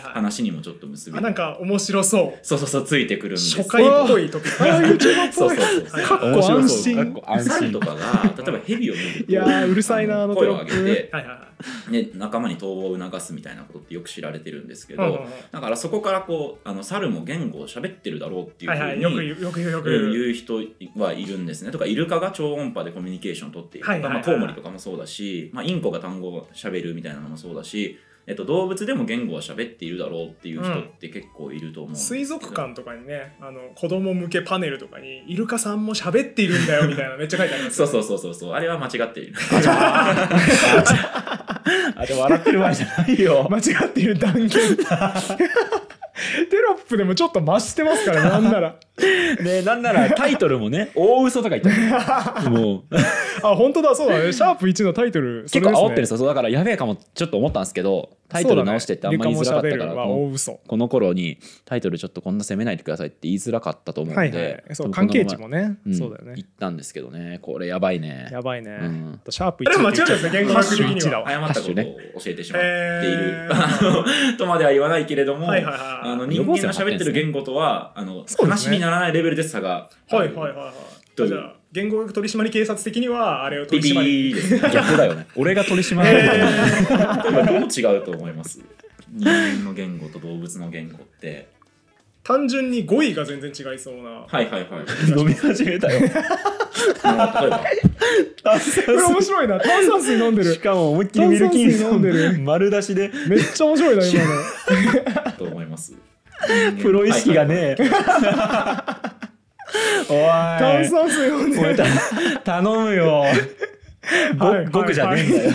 Speaker 4: 話にもちょっと結び
Speaker 1: あなんか面白そう
Speaker 4: そうそうそうついてくるんです
Speaker 1: 初回っぽいトピック YouTuber っぽ
Speaker 4: そうそう
Speaker 1: い
Speaker 4: そうそう
Speaker 1: かっこ安心
Speaker 2: 安
Speaker 4: 猿
Speaker 2: 心
Speaker 4: とかが例えば蛇を見ると
Speaker 1: いやーうるさいなあの
Speaker 4: 声を
Speaker 1: テロ
Speaker 4: 上
Speaker 1: ッ
Speaker 4: げ
Speaker 1: プ
Speaker 4: て、
Speaker 5: はいはいはい。
Speaker 4: ね、仲間に逃亡を促すみたいなことってよく知られてるんですけ
Speaker 5: うんうん
Speaker 4: ど
Speaker 5: うん
Speaker 4: だからそこからこうあの猿も言語を喋ってるだろうっていう
Speaker 5: はいはい。よ
Speaker 4: ふ
Speaker 5: く
Speaker 4: うに
Speaker 5: 言う、よく言う、よく
Speaker 4: うん
Speaker 5: 言う。
Speaker 4: 言う人はいるんですねとかイルカが超音波でコミュニケーションを取っているとか、
Speaker 5: はいはいはい
Speaker 4: まあ、コウモリとかもそうだし、まあ、インコが単語を喋るみたいなのもそうだし、えっと、動物でも言語は喋っているだろうっていう人って結構いると思うんですけど
Speaker 5: 水族館とかにね、あの子供向けパネルとかに、イルカさんも喋っているんだよみたいな、めっちゃ書いてあります
Speaker 4: そ
Speaker 5: よ。
Speaker 4: うそうそうそうそうあれは間違っている
Speaker 2: あでも笑ってる場合じゃないよ
Speaker 1: 間違っている断言テロップでもちょっと増してます からなんなら
Speaker 2: ねなんならタイトルもね大嘘とか言ってもう
Speaker 1: あ本当だそうだねシャープ1のタイトルそ
Speaker 2: 結
Speaker 1: れです、
Speaker 2: 構
Speaker 1: ね、
Speaker 2: 煽ってるんですよそうだからやべえかもちょっと思ったんですけどタイトル直してってあんまり言いづらかった
Speaker 1: そ
Speaker 2: から、
Speaker 1: うだね
Speaker 2: こ
Speaker 1: リ
Speaker 2: の
Speaker 1: カも喋るは大嘘
Speaker 2: この頃にタイトルちょっとこんな攻めないでくださいって言いづらかったと思うんで、
Speaker 1: はいはいそう
Speaker 2: 多分
Speaker 1: 関
Speaker 2: こ
Speaker 1: 係
Speaker 2: のまま
Speaker 1: 値もね、
Speaker 2: ん
Speaker 1: そうだよね
Speaker 2: 言ったんですけどねこれやばいね
Speaker 1: やばいね、
Speaker 2: うん
Speaker 1: あとシャープ1
Speaker 5: あれ間違ってますね言語学的には
Speaker 1: だわ
Speaker 4: 誤ったことを教えてしまっている、
Speaker 5: えー
Speaker 4: あ のとまでは言わないけれども、
Speaker 5: はいはいはい
Speaker 4: あの人間が喋ってる言語とはあの、
Speaker 1: そうですね
Speaker 4: 話にならないレベルで差があ
Speaker 5: はい
Speaker 4: る
Speaker 5: はいはいは
Speaker 4: とい
Speaker 5: い。
Speaker 4: う
Speaker 5: じゃあ、言語学取締警察的には、あれを
Speaker 4: ビ
Speaker 5: 取り締まり。
Speaker 4: ビーです
Speaker 2: 逆だよ ね俺が取り締まられてる
Speaker 4: 例えばどう違うと思います人間の言語と動物の言語って
Speaker 5: 単純に語彙が全然違いそうな。
Speaker 4: はいはいはい
Speaker 2: 飲み始めたよ
Speaker 4: あの例えば
Speaker 1: これ面白いな炭酸水飲んで
Speaker 2: し
Speaker 1: る
Speaker 2: かも思いっきりミルキンス
Speaker 1: 炭酸水飲んでる
Speaker 2: 丸出しで
Speaker 1: めっちゃ面白いな 今の
Speaker 4: と思います
Speaker 2: プロ意識が ねえお
Speaker 1: 炭
Speaker 2: い
Speaker 1: 酸水飲んで
Speaker 2: 俺
Speaker 1: る
Speaker 2: た頼むよ
Speaker 1: はい
Speaker 2: ごごくじゃねえんだよ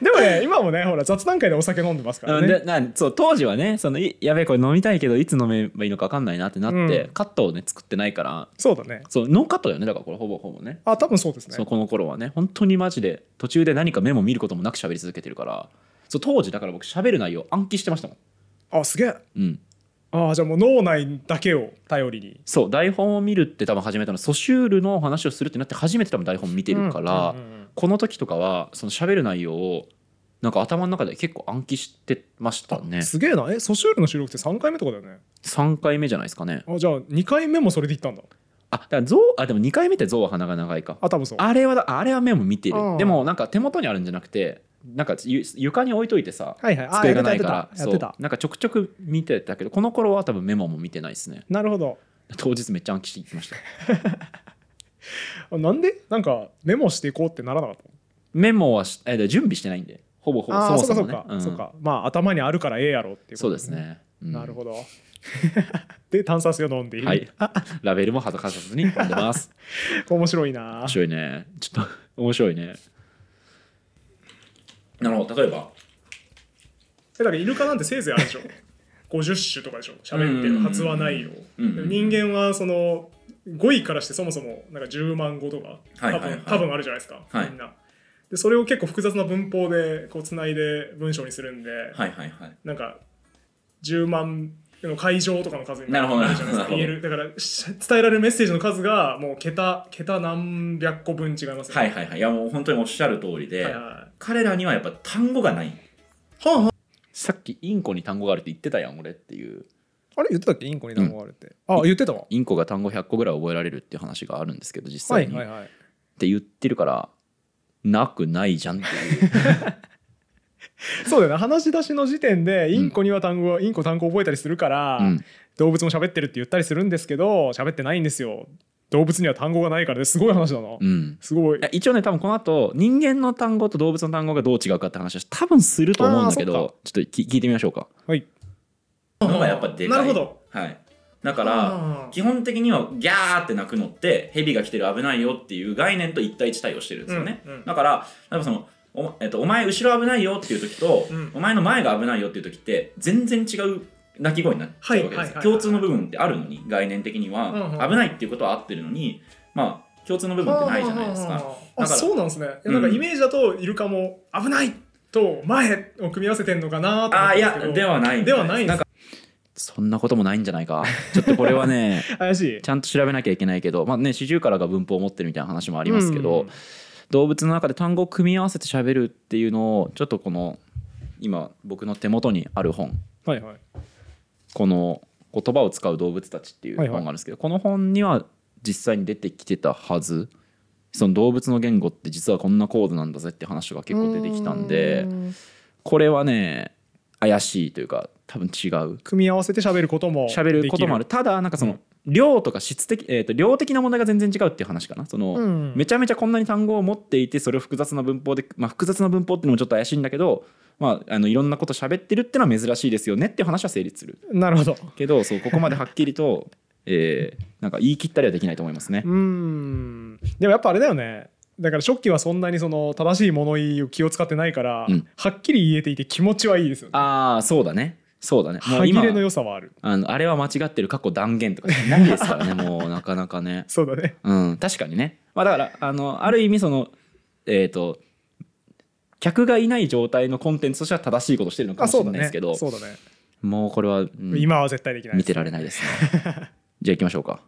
Speaker 1: でもね今もねほら雑談会でお酒飲んでますから
Speaker 4: うんで
Speaker 1: ね
Speaker 4: なそう当時はねそのいやべえこれ飲みたいけどいつ飲めばいいのか分かんないなってなって、
Speaker 1: うん
Speaker 4: カットをね作ってないから
Speaker 1: そうだね
Speaker 4: そうノーカットだよねだからこれほぼほぼね
Speaker 1: あ多分そうです
Speaker 4: そう
Speaker 1: ね
Speaker 4: この頃はね本当にマジで途中で何かメモ見ることもなく喋り続けてるからそう当時だから僕喋る内容暗記してましたも
Speaker 1: あすげえ
Speaker 4: ん、うん、
Speaker 1: あーじゃあもう脳内だけを頼りに
Speaker 4: そう台本を見るって多分始めたのソシュールの話をするってなって初めて多分台本見てるから、
Speaker 1: うんうんうんうん
Speaker 4: この時とかはその喋る内容をなんか頭の中で結構暗記してましたね
Speaker 1: すげえなえソシュールの収録って3回目とかだよね
Speaker 4: 3回目じゃないですかね
Speaker 1: あじゃあ2回目もそれでいったんだ
Speaker 4: あだからゾウあでも2回目ってゾウは鼻が長いか
Speaker 1: あ多分そう
Speaker 4: あれはだあれは目も見てる
Speaker 1: うん
Speaker 4: でもなんか手元にあるんじゃなくてなんかゆ床に置いといてさ
Speaker 1: はいはいあ
Speaker 4: 机がないか
Speaker 1: や
Speaker 4: ら
Speaker 1: ってたや
Speaker 4: そ
Speaker 1: っ
Speaker 4: う
Speaker 1: てたやって
Speaker 4: なんかちょくちょく見てたけどこの頃は多分メモも見てないですね
Speaker 1: たなるほど
Speaker 4: 当日めっちゃ暗記していきました
Speaker 1: あなんでなんかメモしていこうってならなかったの
Speaker 4: メモはしえで準備してないんでほぼほぼそ
Speaker 1: ああ
Speaker 4: も
Speaker 1: そっ
Speaker 4: そ
Speaker 1: かそ
Speaker 4: も
Speaker 1: っ
Speaker 4: ね
Speaker 1: か、
Speaker 4: うん
Speaker 1: そっかまあ頭にあるからええやろっていうこと
Speaker 4: そうですねうん
Speaker 1: なるほど で炭酸水を飲んでいる、
Speaker 4: はいラベルも恥ずかさずに飲んでます
Speaker 1: 面白いな
Speaker 4: 面白いねちょっと面白いね
Speaker 2: なるほど例えば
Speaker 5: えだからイルカなんてせいぜいあ れでしょ50種とかでしょ喋ってる発話内容
Speaker 2: うんうんうん
Speaker 5: でも人間はその5位からしてそもそもなんか10万語とか多
Speaker 2: はい
Speaker 5: 分,、
Speaker 2: はいはい
Speaker 5: 多分あるじゃないですか、
Speaker 2: はい
Speaker 5: みんなでそれを結構複雑な文法でこうつないで文章にするんで、
Speaker 2: はいはいはい
Speaker 5: なんか10万の会場とかの数に
Speaker 2: なるほど
Speaker 5: るじゃないです
Speaker 2: なるほ
Speaker 5: か
Speaker 2: ど
Speaker 5: 言えるだからし伝えられるメッセージの数がもう桁桁何百個分違いますよ
Speaker 2: は
Speaker 5: ね
Speaker 2: いはいはいいやもう本当におっしゃる通りで、
Speaker 5: はいはい
Speaker 2: 彼らにはやっぱ単語がない
Speaker 4: さっきインコに単語があるって言ってたやん俺っていう
Speaker 1: あれ言ってたっけインコに団子があるって、あ言ってたわ
Speaker 4: インコが単語100個ぐらい覚えられるっていう話があるんですけど実
Speaker 1: は
Speaker 4: 際
Speaker 1: い
Speaker 4: に、
Speaker 1: はいはい
Speaker 4: って言ってるからなくないじゃんっていう
Speaker 1: そうだよね話し出しの時点でインコには単語、インコ単語覚えたりするから、
Speaker 4: うん
Speaker 1: 動物も喋ってるって言ったりするんですけど喋ってないんですよ動物には単語がないからですごい話だな、
Speaker 4: うん
Speaker 1: すごい
Speaker 4: いや一応ね多分この後人間の単語と動物の単語がどう違うかって話は多分すると思うんだけ
Speaker 1: あーそっ
Speaker 4: どちょっとき聞いてみましょうか
Speaker 1: はい
Speaker 2: のがやっぱでかい
Speaker 5: なるほど
Speaker 2: はい、だか
Speaker 5: あ
Speaker 2: ら
Speaker 5: ー
Speaker 2: 基本的にはギャーって鳴くのってヘビが来てる危ないよっていう概念と一対一対応してるんですよね、
Speaker 5: うんうん
Speaker 2: だから例えばそのお,、えっとお前後ろ危ないよっていう時と、
Speaker 5: うん
Speaker 2: お前の前が危ないよっていう時って全然違う鳴き声になっちゃうわけ
Speaker 5: はいは
Speaker 2: です
Speaker 5: いはい
Speaker 2: よ共
Speaker 5: はい
Speaker 2: 通の部分ってあるのに概念的には、
Speaker 5: うんうん
Speaker 2: 危ないっていうことは合ってるのにまあ共通の部分ってないじゃないですか。
Speaker 5: あ
Speaker 2: だから
Speaker 5: そうなんですね、いや
Speaker 2: うん
Speaker 5: なんかイメージだとイルカも危ないと前を組み合わせてんのかなと思
Speaker 2: ああ
Speaker 5: った
Speaker 2: い
Speaker 5: んです
Speaker 2: や
Speaker 5: けど
Speaker 2: ではないみた
Speaker 5: で
Speaker 2: い
Speaker 5: はないんですか
Speaker 4: そんなこともないんじゃないかちょっとこれはね
Speaker 1: 怪しい
Speaker 4: ちゃんと調べなきゃいけないけどまあね四十からが文法を持ってるみたいな話もありますけど、
Speaker 1: うん
Speaker 4: 動物の中で単語を組み合わせて喋るっていうのをちょっとこの今僕の手元にある本
Speaker 1: はいはい
Speaker 4: この「言葉を使う動物たち」っていう
Speaker 1: はい
Speaker 4: 本
Speaker 1: はい
Speaker 4: があるんですけど、この本には実際に出てきてたはずその動物の言語って実はこんなコードなんだぜって話が結構出てきたんでこれはね怪しいというか多分違う
Speaker 1: 組み合わせて喋ることも
Speaker 4: 喋ることもある
Speaker 1: で
Speaker 4: ただなんかその量とか質的、えー、と量的な問題が全然違うっていう話かなその、
Speaker 1: うん
Speaker 4: めちゃめちゃこんなに単語を持っていてそれを複雑な文法で、まあ、複雑な文法っていうのもちょっと怪しいんだけど、まあ、あのいろんなこと喋ってるってのは珍しいですよねっていう話は成立する
Speaker 1: きるなるほど
Speaker 4: けどそうここまではっきりと、えーなんか言い切ったりはできないと思いますね
Speaker 1: う。ーんでもやっぱあれだよねだから初期はそんなにその正しい物言いを気を使ってないから、
Speaker 4: うん
Speaker 1: はっきり言えていて気持ちはいいですよね
Speaker 4: ああそうだねそうだねも
Speaker 1: 歯
Speaker 4: う
Speaker 1: 切
Speaker 4: 今
Speaker 1: れの良さはある
Speaker 4: あのあれは間違ってる過去断言とかないですか らね もうなかなかね。
Speaker 1: そうだね
Speaker 4: うん、確かにね、まあ、だからあのある意味そのえっ、と客がいない状態のコンテンツとしては正しいことをしてるのか
Speaker 1: あ
Speaker 4: もし
Speaker 1: そ
Speaker 4: れ
Speaker 1: う
Speaker 4: な
Speaker 1: だ
Speaker 4: いです
Speaker 1: ね
Speaker 4: けど
Speaker 1: そうだね、
Speaker 4: もうこれは、うん
Speaker 1: 今は絶対できない
Speaker 4: 見
Speaker 1: です
Speaker 4: てられないですね じゃあ行きましょうか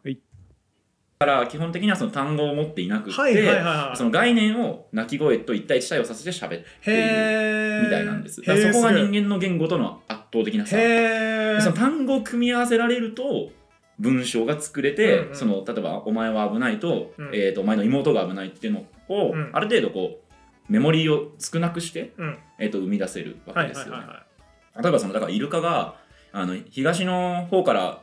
Speaker 2: だから基本的にはその単語を持っていなくって、
Speaker 5: はいはいはいはい
Speaker 2: その概念を鳴き声と一対一対応させて喋っている
Speaker 5: へえ
Speaker 2: みたいなんです。だからそこが人間の言語との圧倒的な差。で
Speaker 5: へえ
Speaker 2: その単語を組み合わせられると文章が作れて、
Speaker 5: うんうん
Speaker 2: その例えば「お前は危ないと」
Speaker 5: うん
Speaker 2: えーと「お前の妹が危ない」っていうのを、
Speaker 5: うん
Speaker 2: ある程度こうメモリーを少なくして、
Speaker 5: うん
Speaker 2: えー、と生み出せるわ
Speaker 5: は
Speaker 2: け
Speaker 5: い
Speaker 2: で
Speaker 5: はい
Speaker 2: すよね。
Speaker 5: はいはい
Speaker 2: 例えばそのだからイルカがあの東の方から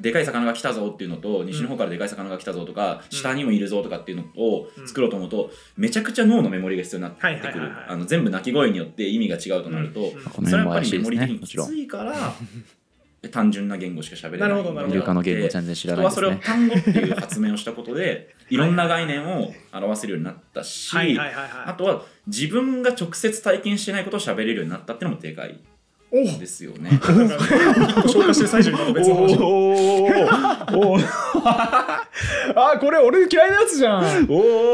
Speaker 2: でかい魚が来たぞっていうのと西の方からでかい魚が来たぞとか、
Speaker 5: うん
Speaker 2: 下にもいるぞとかっていうのを
Speaker 5: うん
Speaker 2: 作ろうと思うと、めちゃくちゃ脳のメモリが必要になって
Speaker 5: はい
Speaker 2: く
Speaker 5: はいは
Speaker 2: る
Speaker 5: いはい
Speaker 2: あの全部鳴き声によって意味が違うとなると、
Speaker 5: うんうん
Speaker 4: この
Speaker 2: それはや
Speaker 4: 辺も
Speaker 2: っぱ
Speaker 4: 怪し
Speaker 2: り
Speaker 4: い
Speaker 2: メモ
Speaker 4: です
Speaker 2: リ的
Speaker 4: ね
Speaker 2: に
Speaker 4: も
Speaker 2: き
Speaker 4: ちろん
Speaker 2: ついから
Speaker 4: 単純な言語しか喋れな
Speaker 5: な
Speaker 4: い
Speaker 5: るほどなるほ
Speaker 2: イ
Speaker 5: ど
Speaker 2: ルカの言語
Speaker 4: で
Speaker 2: 全然知ら
Speaker 4: 人
Speaker 2: ない
Speaker 4: は
Speaker 2: です
Speaker 4: それを
Speaker 2: ね。
Speaker 4: 単語っていう発明をしたことでいろんな概念を表せるようになったし、
Speaker 5: はいはいはい
Speaker 4: あ
Speaker 5: は
Speaker 4: とは自分が直接体験してないことを喋れるようになったってのもでかい
Speaker 5: いお
Speaker 4: ですよ ね。
Speaker 5: おなんか紹介してる最中にまた別の話
Speaker 1: おーおーあこれ俺の嫌いなやつじゃん
Speaker 2: おー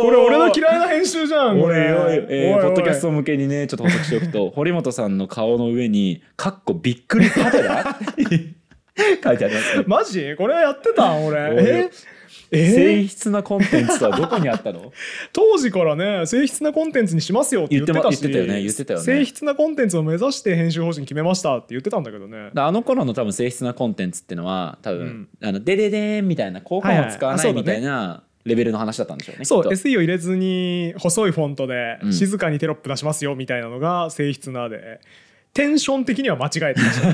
Speaker 1: これ俺の嫌いな編集じ ゃんこ
Speaker 2: おいおい
Speaker 1: れ
Speaker 2: えーポッドキャス
Speaker 1: ト
Speaker 2: ト向けにねちょっと補足してお くと堀本さんの顔の上に「かっこびっくりパ テラ」書いてありますね
Speaker 1: マジこれやってたん
Speaker 2: おいお
Speaker 1: 俺
Speaker 2: い
Speaker 1: ええ
Speaker 2: 性質なコンテンツはどこにあっ たの
Speaker 1: 当時からね性質なコンテンツにしますよって言ってたし
Speaker 2: 言ってま言ってたよね言ってたよね
Speaker 1: 性質なコンテンツを目指して編集方針決めましたって言ってたんだけどね
Speaker 2: あの頃の多分性質なコンテンツってのは多分「あのでででーん」みたいな交換を使わ
Speaker 1: はいはいあそう
Speaker 2: な
Speaker 1: だ
Speaker 2: い
Speaker 1: ね
Speaker 2: みたいなレベルの話だったんでしょうね
Speaker 1: そう
Speaker 2: きっと
Speaker 1: SE を入れずに細いフォントで
Speaker 2: うん
Speaker 1: 静かにテロップ出しますよみたいなのが性質なでテンション的には間違えてまし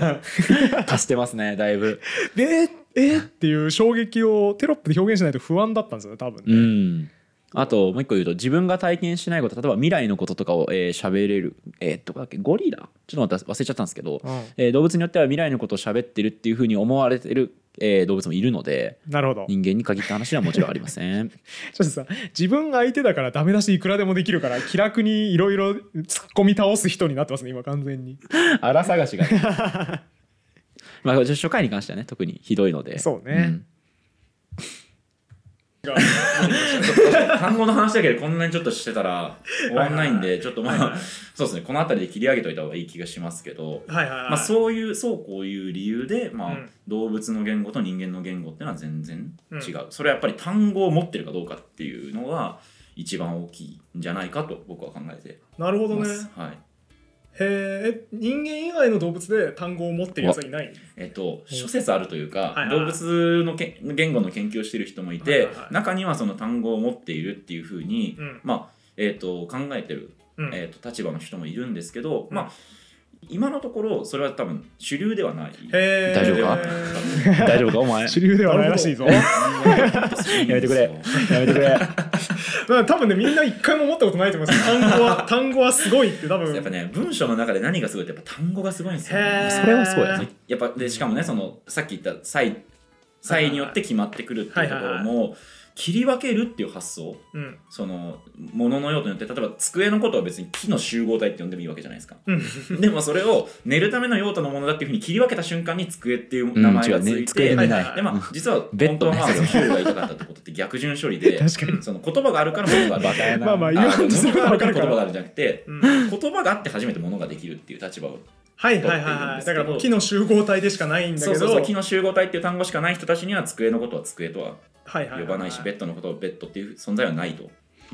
Speaker 1: た
Speaker 2: 足してますねだいぶ
Speaker 1: えーえーっていう衝撃をテロップで表現しないと不安だったんですよね多分ね
Speaker 2: うんあともう一個言うと自分が体験しないこと例えば未来のこととかをえー喋れるえー、どこだっけゴリラちょっと待って忘れちゃったんですけど、
Speaker 1: うん
Speaker 2: えー動物によっては未来のことを喋ってるっていうふうに思われてる、えー動物もいるので
Speaker 1: なるほど
Speaker 2: 人間に限った話ではもちろんありません
Speaker 1: ちょっとさ自分が相手だからダメ出しいくらでもできるから気楽にいろいろ突っ込み倒す人になってますね今完全に
Speaker 2: あら探しが、 まあ、初回に関してはね特にひどいので
Speaker 1: そうね
Speaker 2: ん
Speaker 4: 単語の話だけでこんなにちょっとしてたら終わんないんで、ちょっとまあ、そうですね、この辺りで切り上げといた方がいい気がしますけど、
Speaker 5: はいはいはい、
Speaker 4: まあ、そういう、そうこういう理由で、まあ、
Speaker 5: うん
Speaker 4: 動物の言語と人間の言語っていうのは全然違う。それはやっぱり単語を持ってるかどうかっていうのが一番大きいんじゃないかと僕は考えて
Speaker 5: なるほど
Speaker 4: ま
Speaker 5: ね
Speaker 4: す。はい。
Speaker 5: へえ人間以外の動物で単語を持ってるやつはいない
Speaker 4: えっと、諸説あるというか、
Speaker 5: はいはい
Speaker 4: 動物のけ言語の研究をしている人もいて、
Speaker 5: はいはいはい
Speaker 4: 中にはその単語を持っているっていうふうに、
Speaker 5: うん
Speaker 4: まあ、えっと考えてる
Speaker 5: うん
Speaker 4: えー、と立場の人もいるんですけど、
Speaker 5: うん
Speaker 4: まあ今のところそれは多分主流ではない。
Speaker 5: へえ
Speaker 2: 大丈夫か大丈夫かお 前
Speaker 1: 主流ではないらしいぞ
Speaker 2: やめてくれやめてくれや
Speaker 5: まあ多分ねみんな一回も持ったことないと思います単語 は単語はすごいって多分
Speaker 4: やっぱね文章の中で何がすごいってやっぱ単語がすごいんですよ、
Speaker 5: へー
Speaker 4: ね。
Speaker 2: それはそうやな
Speaker 4: やっぱでしかもねそのさっき言った際際によって決まってくるっていうところも切り分けるっていう発想
Speaker 5: うん
Speaker 4: そのものの用途によって例えば机のことは別に木の集合体って呼んでもいいわけじゃないですか。
Speaker 5: うん
Speaker 4: でもそれを寝るための用途のものだっていうふうに切り分けた瞬間に机っていう名前がつ
Speaker 2: うん違うね
Speaker 4: い
Speaker 2: 机
Speaker 4: て、
Speaker 2: で
Speaker 5: 寝ない
Speaker 4: はいはいでまあ実は
Speaker 2: ベッ
Speaker 4: 本当
Speaker 2: ド
Speaker 4: は
Speaker 2: ね
Speaker 4: まあ
Speaker 2: それは
Speaker 4: ヒューが痛かったってことって逆順処理で
Speaker 1: 確かに
Speaker 4: その言葉があるから物がある
Speaker 2: バカやな
Speaker 1: まあまあ言わんとす
Speaker 4: 物
Speaker 1: ること
Speaker 4: が
Speaker 1: は
Speaker 4: あ
Speaker 1: 分
Speaker 4: る
Speaker 1: か
Speaker 4: から
Speaker 1: るか
Speaker 4: 言葉があ
Speaker 1: ら
Speaker 4: るじゃなくて
Speaker 5: うん
Speaker 4: 言葉があって初めて物ができるっていう立場を
Speaker 5: はいはいはいはいだからもう木の集合体でしかないんだけ
Speaker 4: そ
Speaker 5: ど
Speaker 4: うそうそう木の集合体っていう単語しかない人たちには机のことは机とは
Speaker 5: はいはいは
Speaker 4: 呼
Speaker 5: い
Speaker 4: ばないしベッドのことをベッドっていう存在はないと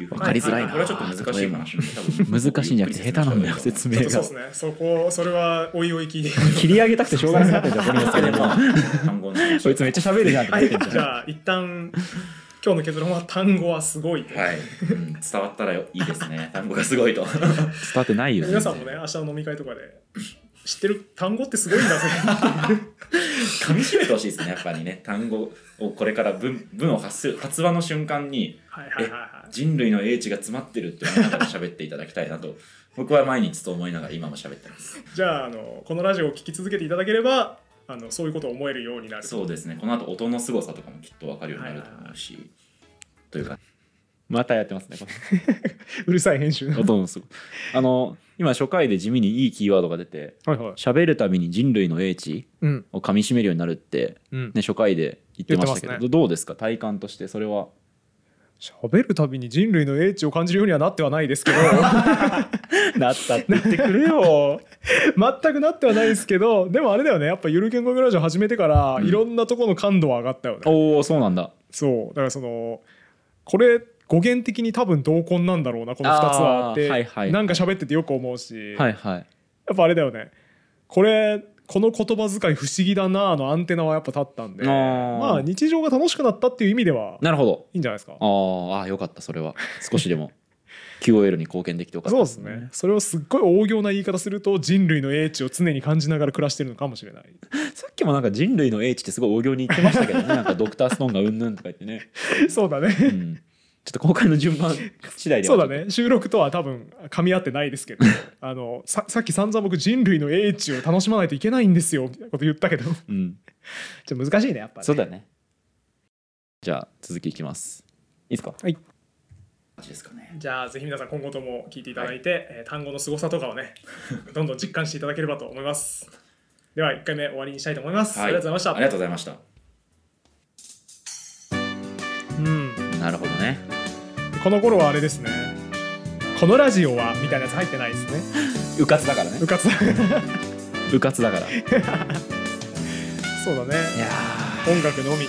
Speaker 4: いうふうに
Speaker 2: わかりづらいな
Speaker 4: これはちょっと難しい話なんで多分
Speaker 2: 難しいんじゃなくて下手なんだよ説
Speaker 5: ちょっ
Speaker 2: 明
Speaker 5: と
Speaker 2: が
Speaker 5: そうですねそこそれはおいおい 聞いて
Speaker 2: 切り上げたくてしょうがなくなってんじゃん堀本さん
Speaker 4: で
Speaker 2: で
Speaker 4: も
Speaker 2: も
Speaker 4: 単語の話
Speaker 2: こいつめっちゃ喋るじゃんって
Speaker 5: は
Speaker 2: なっ
Speaker 5: い
Speaker 2: てんじゃん
Speaker 5: じゃあ一旦今日の結論は単語はすごいと
Speaker 4: はい、うん伝わったらよいいで すね単語がすごいと
Speaker 2: 伝わってないよ
Speaker 5: 皆さんもね明日の飲み会とかで知ってる単語ってすごいんだ ぜ
Speaker 4: 噛み締めてほしいですねやっぱりね単語をこれから文文を発する発話の瞬間に
Speaker 5: はいはいはいはい
Speaker 4: 人類の英知が詰まってるって思いながら喋っていただきたいなと僕は毎日と思いながら今も喋ってます
Speaker 5: じゃああのこのラジオを聞き続けていただければあのそういうことを思えるようになる
Speaker 4: そうですねこの後音の凄さとかもきっと分かるようになると思うし、というか
Speaker 2: またやってますねこれ
Speaker 1: うるさい編集はい
Speaker 2: 音のすごいあの今初回で地味にいいキーワードが出て
Speaker 1: はい
Speaker 2: 喋るたびに人類の英知
Speaker 1: うん
Speaker 2: を噛み締めるようになるって、
Speaker 1: うん
Speaker 2: ね、初回で言ってましたけど、
Speaker 1: 言ってますね
Speaker 2: どうですか体感としてそれは
Speaker 1: 喋るたびに人類の英知を感じるようにはなってはないですけど
Speaker 2: なったって言ってくれよ
Speaker 1: 全くなってはないですけどでもあれだよねやっぱゆる言語グラジオ始めてから、いろんなとこの感度は上がったよね
Speaker 2: おおそうなんだ
Speaker 1: そうだからそのこれ語源的に多分同梱なんだろうなこの2つは
Speaker 2: あー
Speaker 1: って、
Speaker 2: はいはい
Speaker 1: なんか喋っててよく思うし、
Speaker 2: はいはい
Speaker 1: やっぱあれだよねこれこの言葉遣い不思議だなあのアンテナはやっぱ立ったんで
Speaker 2: あー
Speaker 1: まあ日常が楽しくなったっていう意味では
Speaker 2: なるほど
Speaker 1: いいんじゃないですか
Speaker 2: あーあーよかったそれは少しで も QOL に貢献できてよかった
Speaker 1: そうですねそれをすっごい大行な言い方すると人類の英知を常に感じながら暮らしてるのかもしれない
Speaker 2: さっきもなんか人類の英知ってすごい大行に言ってましたけどねなんかドクターストーンがうんぬんとか言ってね、
Speaker 1: そうだね
Speaker 2: うんちょっと公開の順番次第 で
Speaker 1: そ
Speaker 2: は
Speaker 1: うだね収録とは多分噛み合ってないですけどあのささっき散々僕人類の英知を楽しまないといけないんですよみたいなこと言ったけど ちょっ
Speaker 2: うん
Speaker 1: と難しいねやっぱね
Speaker 2: そうだねじゃあ続きいきますいいですか
Speaker 4: 感じですかね
Speaker 5: じゃあぜひ皆さん今後とも聞いていただいて、えー単語の凄さとかを ねどんどん実感していただければと思いますでは1回目終わりにしたいと思います、
Speaker 4: はい
Speaker 5: ありがとうござい
Speaker 4: あ
Speaker 5: まし
Speaker 4: りがとうございました
Speaker 1: うん
Speaker 2: なるほどね
Speaker 1: この頃はあれですねこのラジオはみたいなやつ入ってないですね
Speaker 2: うかつだからね
Speaker 1: うかつそう
Speaker 2: うかつだからいや
Speaker 1: だね
Speaker 2: ー
Speaker 1: 音楽のみ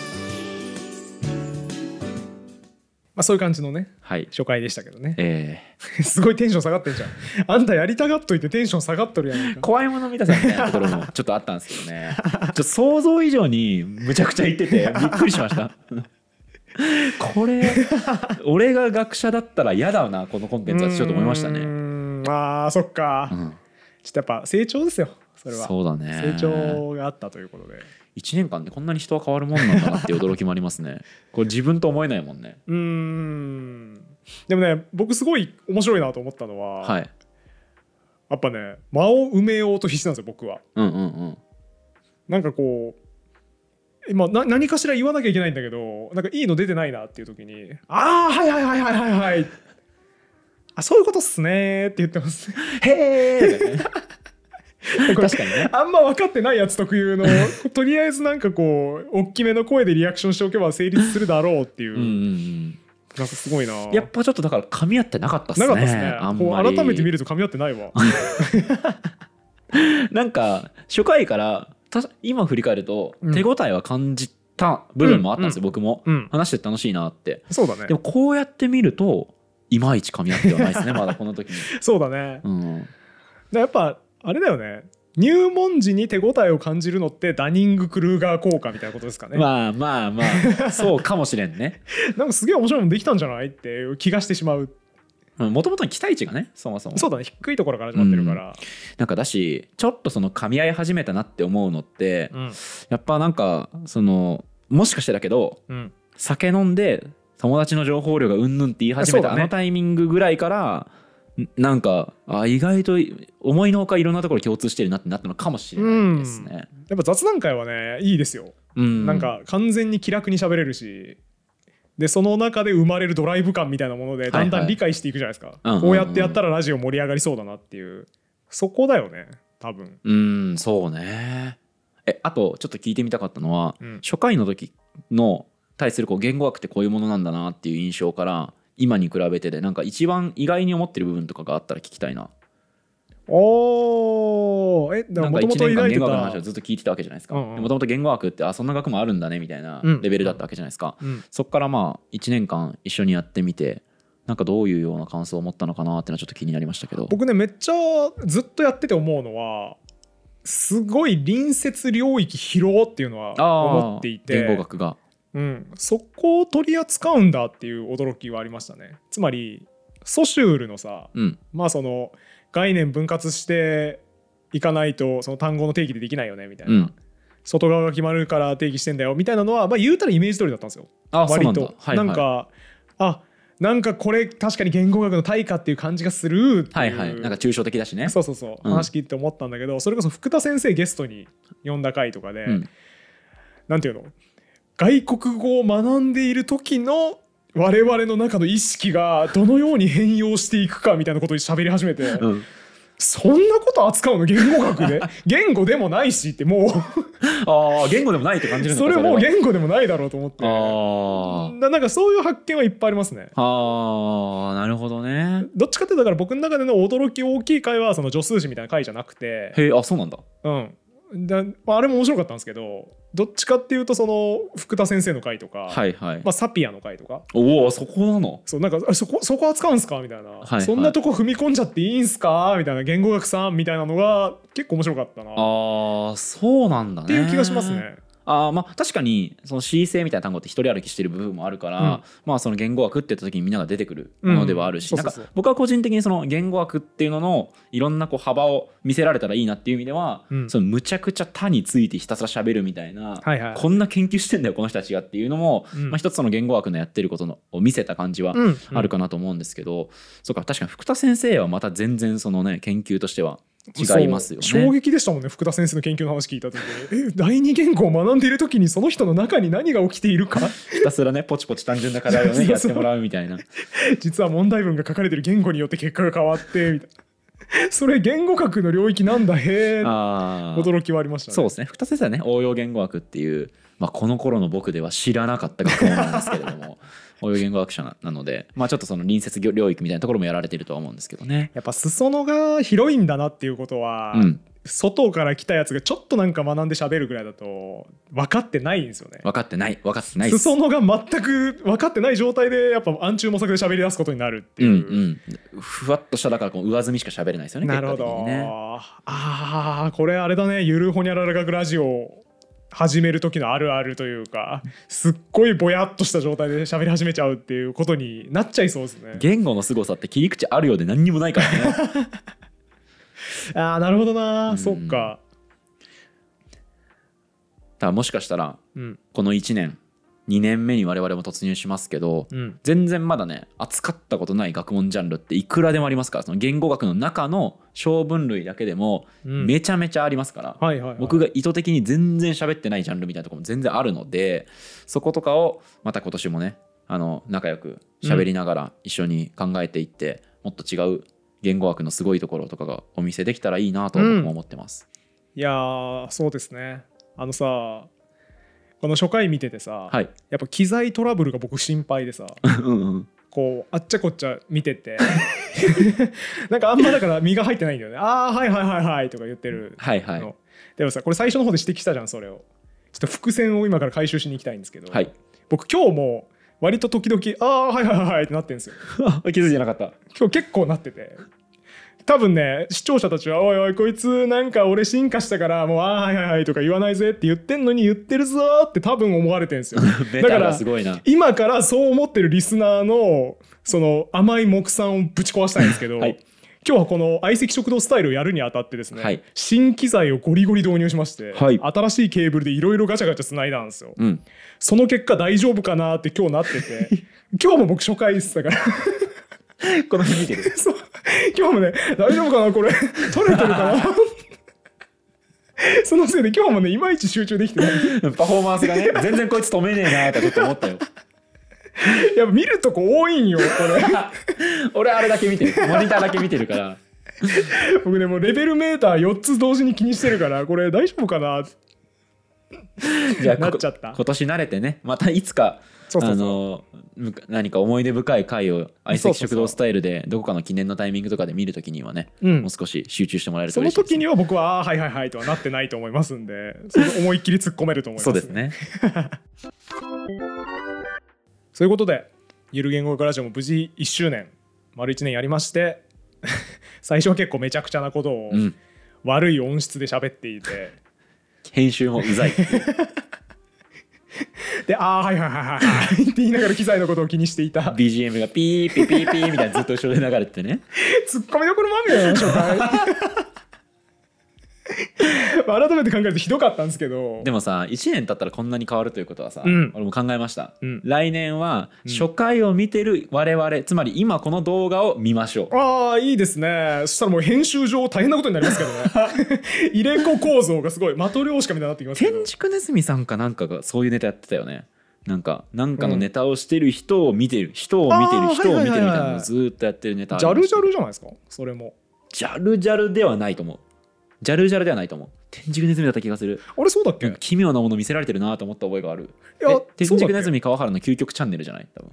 Speaker 1: まあそういう感じのね
Speaker 2: はい
Speaker 1: 初回でしたけどね
Speaker 2: え
Speaker 1: すごいテンション下がってんじゃんあんたやりたがっといてテンション下がっとるやん
Speaker 2: ー、怖いもの見たさみたいなとこ ろもちょっとあったんですけどねちょっと想像以上にむちゃくちゃ言っ ててびっくりしましたこれ俺が学者だったら嫌だなこのコンテンツはちょっと思いました
Speaker 1: うー
Speaker 2: ね
Speaker 1: んまあそっか、
Speaker 2: う
Speaker 1: ちょ
Speaker 2: ん
Speaker 1: っとやっぱ成長ですよそれは
Speaker 2: そうだね
Speaker 1: 成長があったということで
Speaker 2: 1年間でこんなに人は変わるもんなんだなっていう驚きもありますねこれ自分と思えないもんね
Speaker 1: うーんでもね僕すごい面白いなと思ったのは、
Speaker 2: はい
Speaker 1: やっぱね間を埋めようと必死なんですよ僕は
Speaker 2: うんうんうん
Speaker 1: なんかこう今な何かしら言わなきゃいけないんだけどなんかいいの出てないなっていう時に「ああはいはいはいはいはいはい」あそういうことっすねーって言ってますね
Speaker 2: へえ
Speaker 1: これ
Speaker 2: 確かにね
Speaker 1: あんま分かってないやつ特有のとりあえずなんかこう大きめの声でリアクションしておけば成立するだろうっていう、
Speaker 2: うんうん
Speaker 1: なんかすごいな
Speaker 2: うんやっぱちょっとだから噛み合ってなかったっすね
Speaker 1: なかったですね
Speaker 2: あん
Speaker 1: こ
Speaker 2: ま
Speaker 1: う
Speaker 2: り
Speaker 1: 改めて見ると噛み合ってない わ
Speaker 2: なんか初回からた今振り返ると
Speaker 1: うん
Speaker 2: 手応えは感じた部分もあったんですよ、僕も、
Speaker 1: うん
Speaker 2: 話してて楽しいなって
Speaker 1: そうだね
Speaker 2: でもこうやって見るといまいち噛み合ってはない ですねまだこの時に、
Speaker 1: そうだね
Speaker 2: うん、
Speaker 1: でやっぱあれだよね入門時に手応えを感じるのってダニング・クルーガー効果みたいなことですかね、
Speaker 2: まあまあまあそうかもしれんね
Speaker 1: なんかすげえ面白いもんできたんじゃないっていう気がしてしまう
Speaker 2: もともとの期待値がねそもそも
Speaker 1: そうだね低いところから始まってるから、
Speaker 2: なんかだしちょっとその噛み合い始めたなって思うのって、
Speaker 1: うん
Speaker 2: やっぱなんかそのもしかしてだけど
Speaker 1: うん
Speaker 2: 酒飲んで友達の情報量がうんぬんって言い始
Speaker 1: そ
Speaker 2: め
Speaker 1: う
Speaker 2: た
Speaker 1: だ
Speaker 2: あ
Speaker 1: ね
Speaker 2: のタイミングぐらいから、んなんかあ意外と思いのほかいろんなところ共通してるなってなったのかもしれないですね。
Speaker 1: やっぱ雑談会はねいいですよ、
Speaker 2: うん
Speaker 1: なんか完全に気楽に喋れるしでその中で生まれるドライブ感みたいなもので
Speaker 2: はいは
Speaker 1: だ
Speaker 2: い
Speaker 1: んだん理解していくじゃないですか、
Speaker 2: うんうんうん
Speaker 1: こうやってやったらラジオ盛り上がりそうだなっていうそこだよね多分
Speaker 2: うんそうねえあとちょっと聞いてみたかったのは、
Speaker 1: うん
Speaker 2: 初回の時の対するこう言語学ってこういうものなんだなっていう印象から今に比べてでなんか一番意外に思ってる部分とかがあったら聞きたいな。
Speaker 1: おーえだ
Speaker 2: な
Speaker 1: か
Speaker 2: んか
Speaker 1: もと
Speaker 2: 1
Speaker 1: もと抱いて
Speaker 2: 年間言語学の話を
Speaker 1: た
Speaker 2: ずっと聞いてたわけじゃないですか
Speaker 1: う
Speaker 2: も
Speaker 1: んうん
Speaker 2: ともと言語学ってあそんな学問あるんだねみたいな
Speaker 1: うん
Speaker 2: レベルだったわけじゃないですか、
Speaker 1: うん
Speaker 2: そっからまあ1年間一緒にやってみてなんかどういうような感想を持ったのかなっていうのはちょっと気になりましたけど
Speaker 1: 僕ねめっちゃずっとやってて思うのはすごい隣接領域広いっていうのは
Speaker 2: あー
Speaker 1: 思っていて
Speaker 2: 言語学が
Speaker 1: うん、そこを取り扱うんだっていう驚きはありましたねつまりソシュールのさ
Speaker 2: うん
Speaker 1: まあその概念分割していかないとその単語の定義でできないよねみたいな、
Speaker 2: うん
Speaker 1: 外側が決まるから定義してんだよみたいなのは、まあ、言うたらイメージ通りだったんですよ
Speaker 2: あそうな
Speaker 1: 割
Speaker 2: んだ
Speaker 1: となんかあなんかこれ確かに言語学の対価っていう感じがするっていう
Speaker 2: はいはいなんか抽象的だしね
Speaker 1: そうそうそう、
Speaker 2: うん
Speaker 1: 話聞いて思ったんだけどそれこそ福田先生ゲストに呼んだ回とかで、
Speaker 2: うん
Speaker 1: なんていうの外国語を学んでいる時の我々の中の意識がどのように変容していくかみたいなことを喋り始めて、
Speaker 2: うん
Speaker 1: そんなこと扱うの言語学で 言語でもないしっても
Speaker 2: ああ言語でもないって感じ
Speaker 1: う
Speaker 2: るの
Speaker 1: そ
Speaker 2: か
Speaker 1: れもう
Speaker 2: は
Speaker 1: 言語でもないだろうと思って
Speaker 2: あ
Speaker 1: ななんかそういう発見はいっぱいありますね。
Speaker 2: ああーなるほどね
Speaker 1: どっちかっていうとだから僕の中での驚き大きい回はその助数詞みたいな回じゃなくて
Speaker 2: へえあそうなんだ
Speaker 1: うん、だまああれも面白かったんですけどどっちかっていうとその福田先生の回とか、
Speaker 2: はいはい、
Speaker 1: まあ、サピアの回とか
Speaker 2: おおそこなの
Speaker 1: そうなんかあそこそこ扱うんすかみたいな、
Speaker 2: はい
Speaker 1: そんなとこ踏み込んじゃっていいんすかみたいな言語学さんみたいなのが結構面白かったなっ
Speaker 2: ああそうなんだね
Speaker 1: ていう気がしますね。
Speaker 2: ああーまあ確かにその C 性みたいな単語って一人歩きしてる部分もあるから、
Speaker 1: うん
Speaker 2: まあその言語学って言った時にみんなが出てくるものではあるし、
Speaker 1: うん
Speaker 2: なんか
Speaker 1: そうそうそう
Speaker 2: 僕は個人的にその言語学っていうののいろんなこう幅を見せられたらいいなっていう意味では、
Speaker 1: うん
Speaker 2: そのむちゃくちゃ他についてひたすら喋るみたいな、
Speaker 1: はいはい
Speaker 2: こんな研究してんだよこの人たちがっていうのも、
Speaker 1: うん
Speaker 2: まあ、一つその言語学のやってることのを見せた感じは
Speaker 1: うん
Speaker 2: あるかなと思うんですけど、そうか確かに福田先生はまた全然そのね研究としては違いますよね。
Speaker 1: そう衝撃でしたもんね福田先生の研究の話聞いた時にえ第二言語を学んでいる時にその人の中に何が起きているか
Speaker 2: ひたすらねポチポチ単純な課題を
Speaker 1: そうそ
Speaker 2: ね
Speaker 1: う
Speaker 2: やってもらうみたいな
Speaker 1: 実は問題文が書かれている言語によって結果が変わってみたいなそれ言語学の領域なんだへえ
Speaker 2: あー
Speaker 1: 驚きはありましたね
Speaker 2: そうですね福田先生はね応用言語学っていう、まあ、この頃の僕では知らなかった学問なんですけれ ども応用言語学者ななので、まあ、ちょっとその隣接業領域みたいなところもやられてるとは思うんですけどね。
Speaker 1: やっぱ裾野が広いんだなっていうことは、
Speaker 2: うん、
Speaker 1: 外から来たやつがちょっとなんか学んで喋るぐらいだと分かってないんですよね
Speaker 2: 分かってない分かってないっす
Speaker 1: 裾野が全く分かってない状態でやっぱ暗中模索で喋り出すことになるって
Speaker 2: う
Speaker 1: い
Speaker 2: ん
Speaker 1: う、
Speaker 2: うん、ふわっとしただからこう上積みしか喋れないですよね。
Speaker 1: なるほ
Speaker 2: 結果
Speaker 1: ど、
Speaker 2: 的にね
Speaker 1: ああこれあれだねゆるほにゃらら学ラジオ始める時のあるあるというかすっごいぼやっとした状態で喋り始めちゃうっていうことになっちゃいそうですね
Speaker 2: 言語の凄さって切り口あるようで何にもないか らね。
Speaker 1: ああなるほどな、
Speaker 2: うん
Speaker 1: そっか
Speaker 2: ただもしかしたら
Speaker 1: うん
Speaker 2: この1年2年目に我々も突入しますけど、
Speaker 1: うん
Speaker 2: 全然まだね扱ったことない学問ジャンルっていくらでもありますからその言語学の中の小分類だけでも
Speaker 1: うん
Speaker 2: めちゃめちゃありますから、
Speaker 1: はいはい、はい、
Speaker 2: 僕が意図的に全然喋ってないジャンルみたいなところも全然あるのでそことかをまた今年もねあの仲良く喋りながら一緒に考えていって、もっと違う言語学のすごいところとかがお見せできたらいいなと僕も思ってます。
Speaker 1: いやーそうですねあのさこの初回見ててさ、
Speaker 2: はい、
Speaker 1: やっぱ機材トラブルが僕心配 でさ
Speaker 2: うんうん
Speaker 1: こうあっちゃこっちゃ見て てなんかあんまだから身が入ってないんだよねああはいはいはいはいとか言ってる
Speaker 2: はいは
Speaker 1: の、
Speaker 2: い
Speaker 1: でもさこれ最初の方で指摘したじゃんそれをちょっと伏線を今から回収しに行きたいんですけど、
Speaker 2: はい。
Speaker 1: 僕今日も割と時々ああはいはいはいはいってなってるんですよ
Speaker 2: 気づいてなかった。
Speaker 1: 今日結構なってて多分ね視聴者たちは「おいおいこいつなんか俺進化したからもうあーはいはいはい」とか言わないぜって言ってんのに言ってるぞーって多分思われてるんですよ
Speaker 2: ベ
Speaker 1: だ
Speaker 2: タ
Speaker 1: か
Speaker 2: が
Speaker 1: ら
Speaker 2: すごいな。
Speaker 1: 今からそう思ってるリスナーのその甘い目算をぶち壊したいんですけど、
Speaker 2: はい
Speaker 1: 今日はこの相席食堂スタイルをやるにあたってですね、
Speaker 2: はい
Speaker 1: 新機材をゴリゴリ導入しまして、
Speaker 2: はい
Speaker 1: 新しいケーブルでいろいろガチャガチャ繋いだんですよ
Speaker 2: うん。
Speaker 1: その結果大丈夫かなって今日なってて 今日も僕初回ですだから
Speaker 2: この辺見てる。
Speaker 1: そう今日もね大丈夫かなこれ取れてるかな そのせいで今日もねいまいち集中できてない
Speaker 2: パフォーマンス がね、全然こいつ止めねえなーってちょっと思ったよ。
Speaker 1: やっぱ見るとこ多いんよこれ
Speaker 2: 俺あれだけ見てる。モニターだけ見てるから。
Speaker 1: 僕ねもうレベルメーター4つ同時に気にしてるからこれ大丈夫かな
Speaker 2: じゃあ
Speaker 1: なっ
Speaker 2: こ
Speaker 1: ちゃった
Speaker 2: 今年慣れてね、またいつか、
Speaker 1: そうそう
Speaker 2: あ
Speaker 1: そう
Speaker 2: のむか何か思い出深い回を相席
Speaker 1: そう
Speaker 2: 食
Speaker 1: そうそう
Speaker 2: 堂スタイルでどこかの記念のタイミングとかで見るときにはね、
Speaker 1: うん
Speaker 2: もう少し集中してもらえると
Speaker 1: そ
Speaker 2: 嬉
Speaker 1: の
Speaker 2: しいです、
Speaker 1: 時には僕は「あーはいはいはい」とはなってないと思いますんでその思いっきり突っ込めると思います
Speaker 2: そうですね。
Speaker 1: そういうことで「ゆる言語学ラジオ」も無事1周年丸1年やりまして 最初は結構めちゃくちゃなことを
Speaker 2: うん。
Speaker 1: 悪い音質で喋っていて、
Speaker 2: 編集もう ざいっていう。
Speaker 1: で「ああはいはいはいはいはい」って言いながら機材のことを気にしていた
Speaker 2: BGM がピーピーピーピーみたいなずっと後ろで流れてて ね。
Speaker 1: ツッコミどころまみれなんでしょうかまあ改めて考えるとひどかったんですけど
Speaker 2: でもさ1年経ったらこんなに変わるということはさ、
Speaker 1: うん
Speaker 2: 俺も考えました、
Speaker 1: うん
Speaker 2: 来年は初回を見てる我々、つまり今この動画を見ま しょう
Speaker 1: ああいいですねそしたらもう編集上大変なことになりますけど ね入れ子構造がすごいマトリョーシカみたいになってきますけど
Speaker 2: 天竺ネズミさんかなんかがそういうネタやってたよねなんかなんかのネタをしてる人を見てる人を見て
Speaker 1: あー
Speaker 2: る人を見てるみたい
Speaker 1: はいはい
Speaker 2: な
Speaker 1: はい
Speaker 2: の
Speaker 1: は
Speaker 2: を
Speaker 1: い
Speaker 2: ずーっとやってるネタあ
Speaker 1: ジ
Speaker 2: り
Speaker 1: ャ
Speaker 2: ま
Speaker 1: ル
Speaker 2: し
Speaker 1: ジ
Speaker 2: た
Speaker 1: ャルじゃないですかそれも
Speaker 2: ジャルジャルではないと思うジャルジャルではないと思う天竺ネズミだった気がする
Speaker 1: あれそうだっけ
Speaker 2: なんか奇妙なもの見せられてるなと思った覚えがある
Speaker 1: いや
Speaker 2: え天
Speaker 1: そうだっけ
Speaker 2: 竺ネズミ川原の究極チャンネルじゃない多分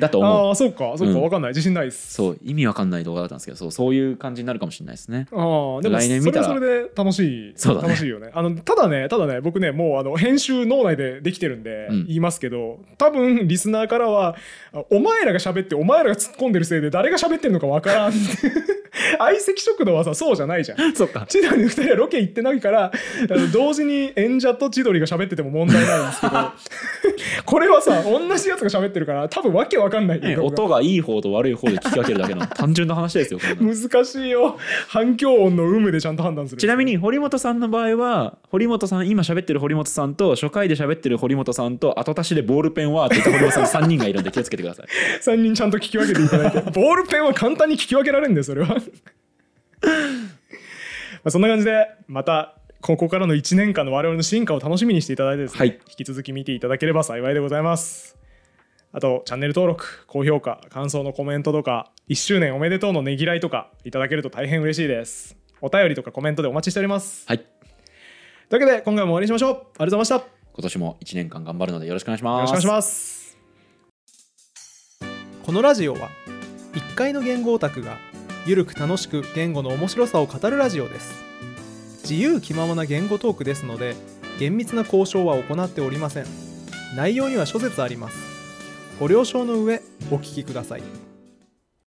Speaker 2: だだと思う
Speaker 1: ああそうかそう
Speaker 2: う
Speaker 1: か
Speaker 2: ん
Speaker 1: わかんない自信ないです
Speaker 2: そう意味わかんない動画だったんですけどそうそういう感じになるかもしれないですね
Speaker 1: ああでも
Speaker 2: 来年
Speaker 1: それ
Speaker 2: 見た
Speaker 1: は
Speaker 2: ら
Speaker 1: それで楽しい
Speaker 2: そうだね
Speaker 1: 楽しいよねあのただねただね僕ねもうあの編集脳内でできてるんで
Speaker 2: うん
Speaker 1: 言いますけど、多分リスナーからはあお前らが喋ってお前らが突っ込んでるせいで誰が喋ってるのかわからん って相席食堂はさそうじゃないじゃん
Speaker 2: そっか
Speaker 1: 千鳥の2人はロケ行ってないからあの同時に演者と千鳥が喋ってても問題ないんですけど これはさ同じやつが喋ってるから多分わけわかんないよ動画
Speaker 2: 音がいい方と悪い方で聞き分ける だけの単純な話ですよこんなの
Speaker 1: 難しいよ反響音の有無でちゃんと判断する
Speaker 2: ちなみに堀本さんの場合は堀本さん今喋ってる堀本さんと初回で喋ってる堀本さんと後足しでボールペンはって言った堀本さん3人がいるんで気をつけてください
Speaker 1: 3人ちゃんと聞き分けていただいて ボールペンは簡単に聞き分けられるんだよそれは まあそんな感じでまたここからの1年間の我々の進化を楽しみにしていただいてですね、
Speaker 2: はい
Speaker 1: 引き続き見ていただければ幸いでございますあとチャンネル登録高評価感想のコメントとか1周年おめでとうのねぎらいとかいただけると大変嬉しいですお便りとかコメントでお待ちしております
Speaker 2: はい
Speaker 1: というわけで今回も終わりにしましょうありがとうございました
Speaker 2: 今年も1年間頑張るのでよろしくお願いし
Speaker 1: よろ
Speaker 2: ま
Speaker 1: しくお願
Speaker 2: す
Speaker 1: いします
Speaker 6: このラジオは1階の言語オタクがゆるく楽しく言語の面白さを語るラジオです自由気ままな言語トークですので厳密な交渉は行っておりません内容には諸説ありますご了承の上お聞きください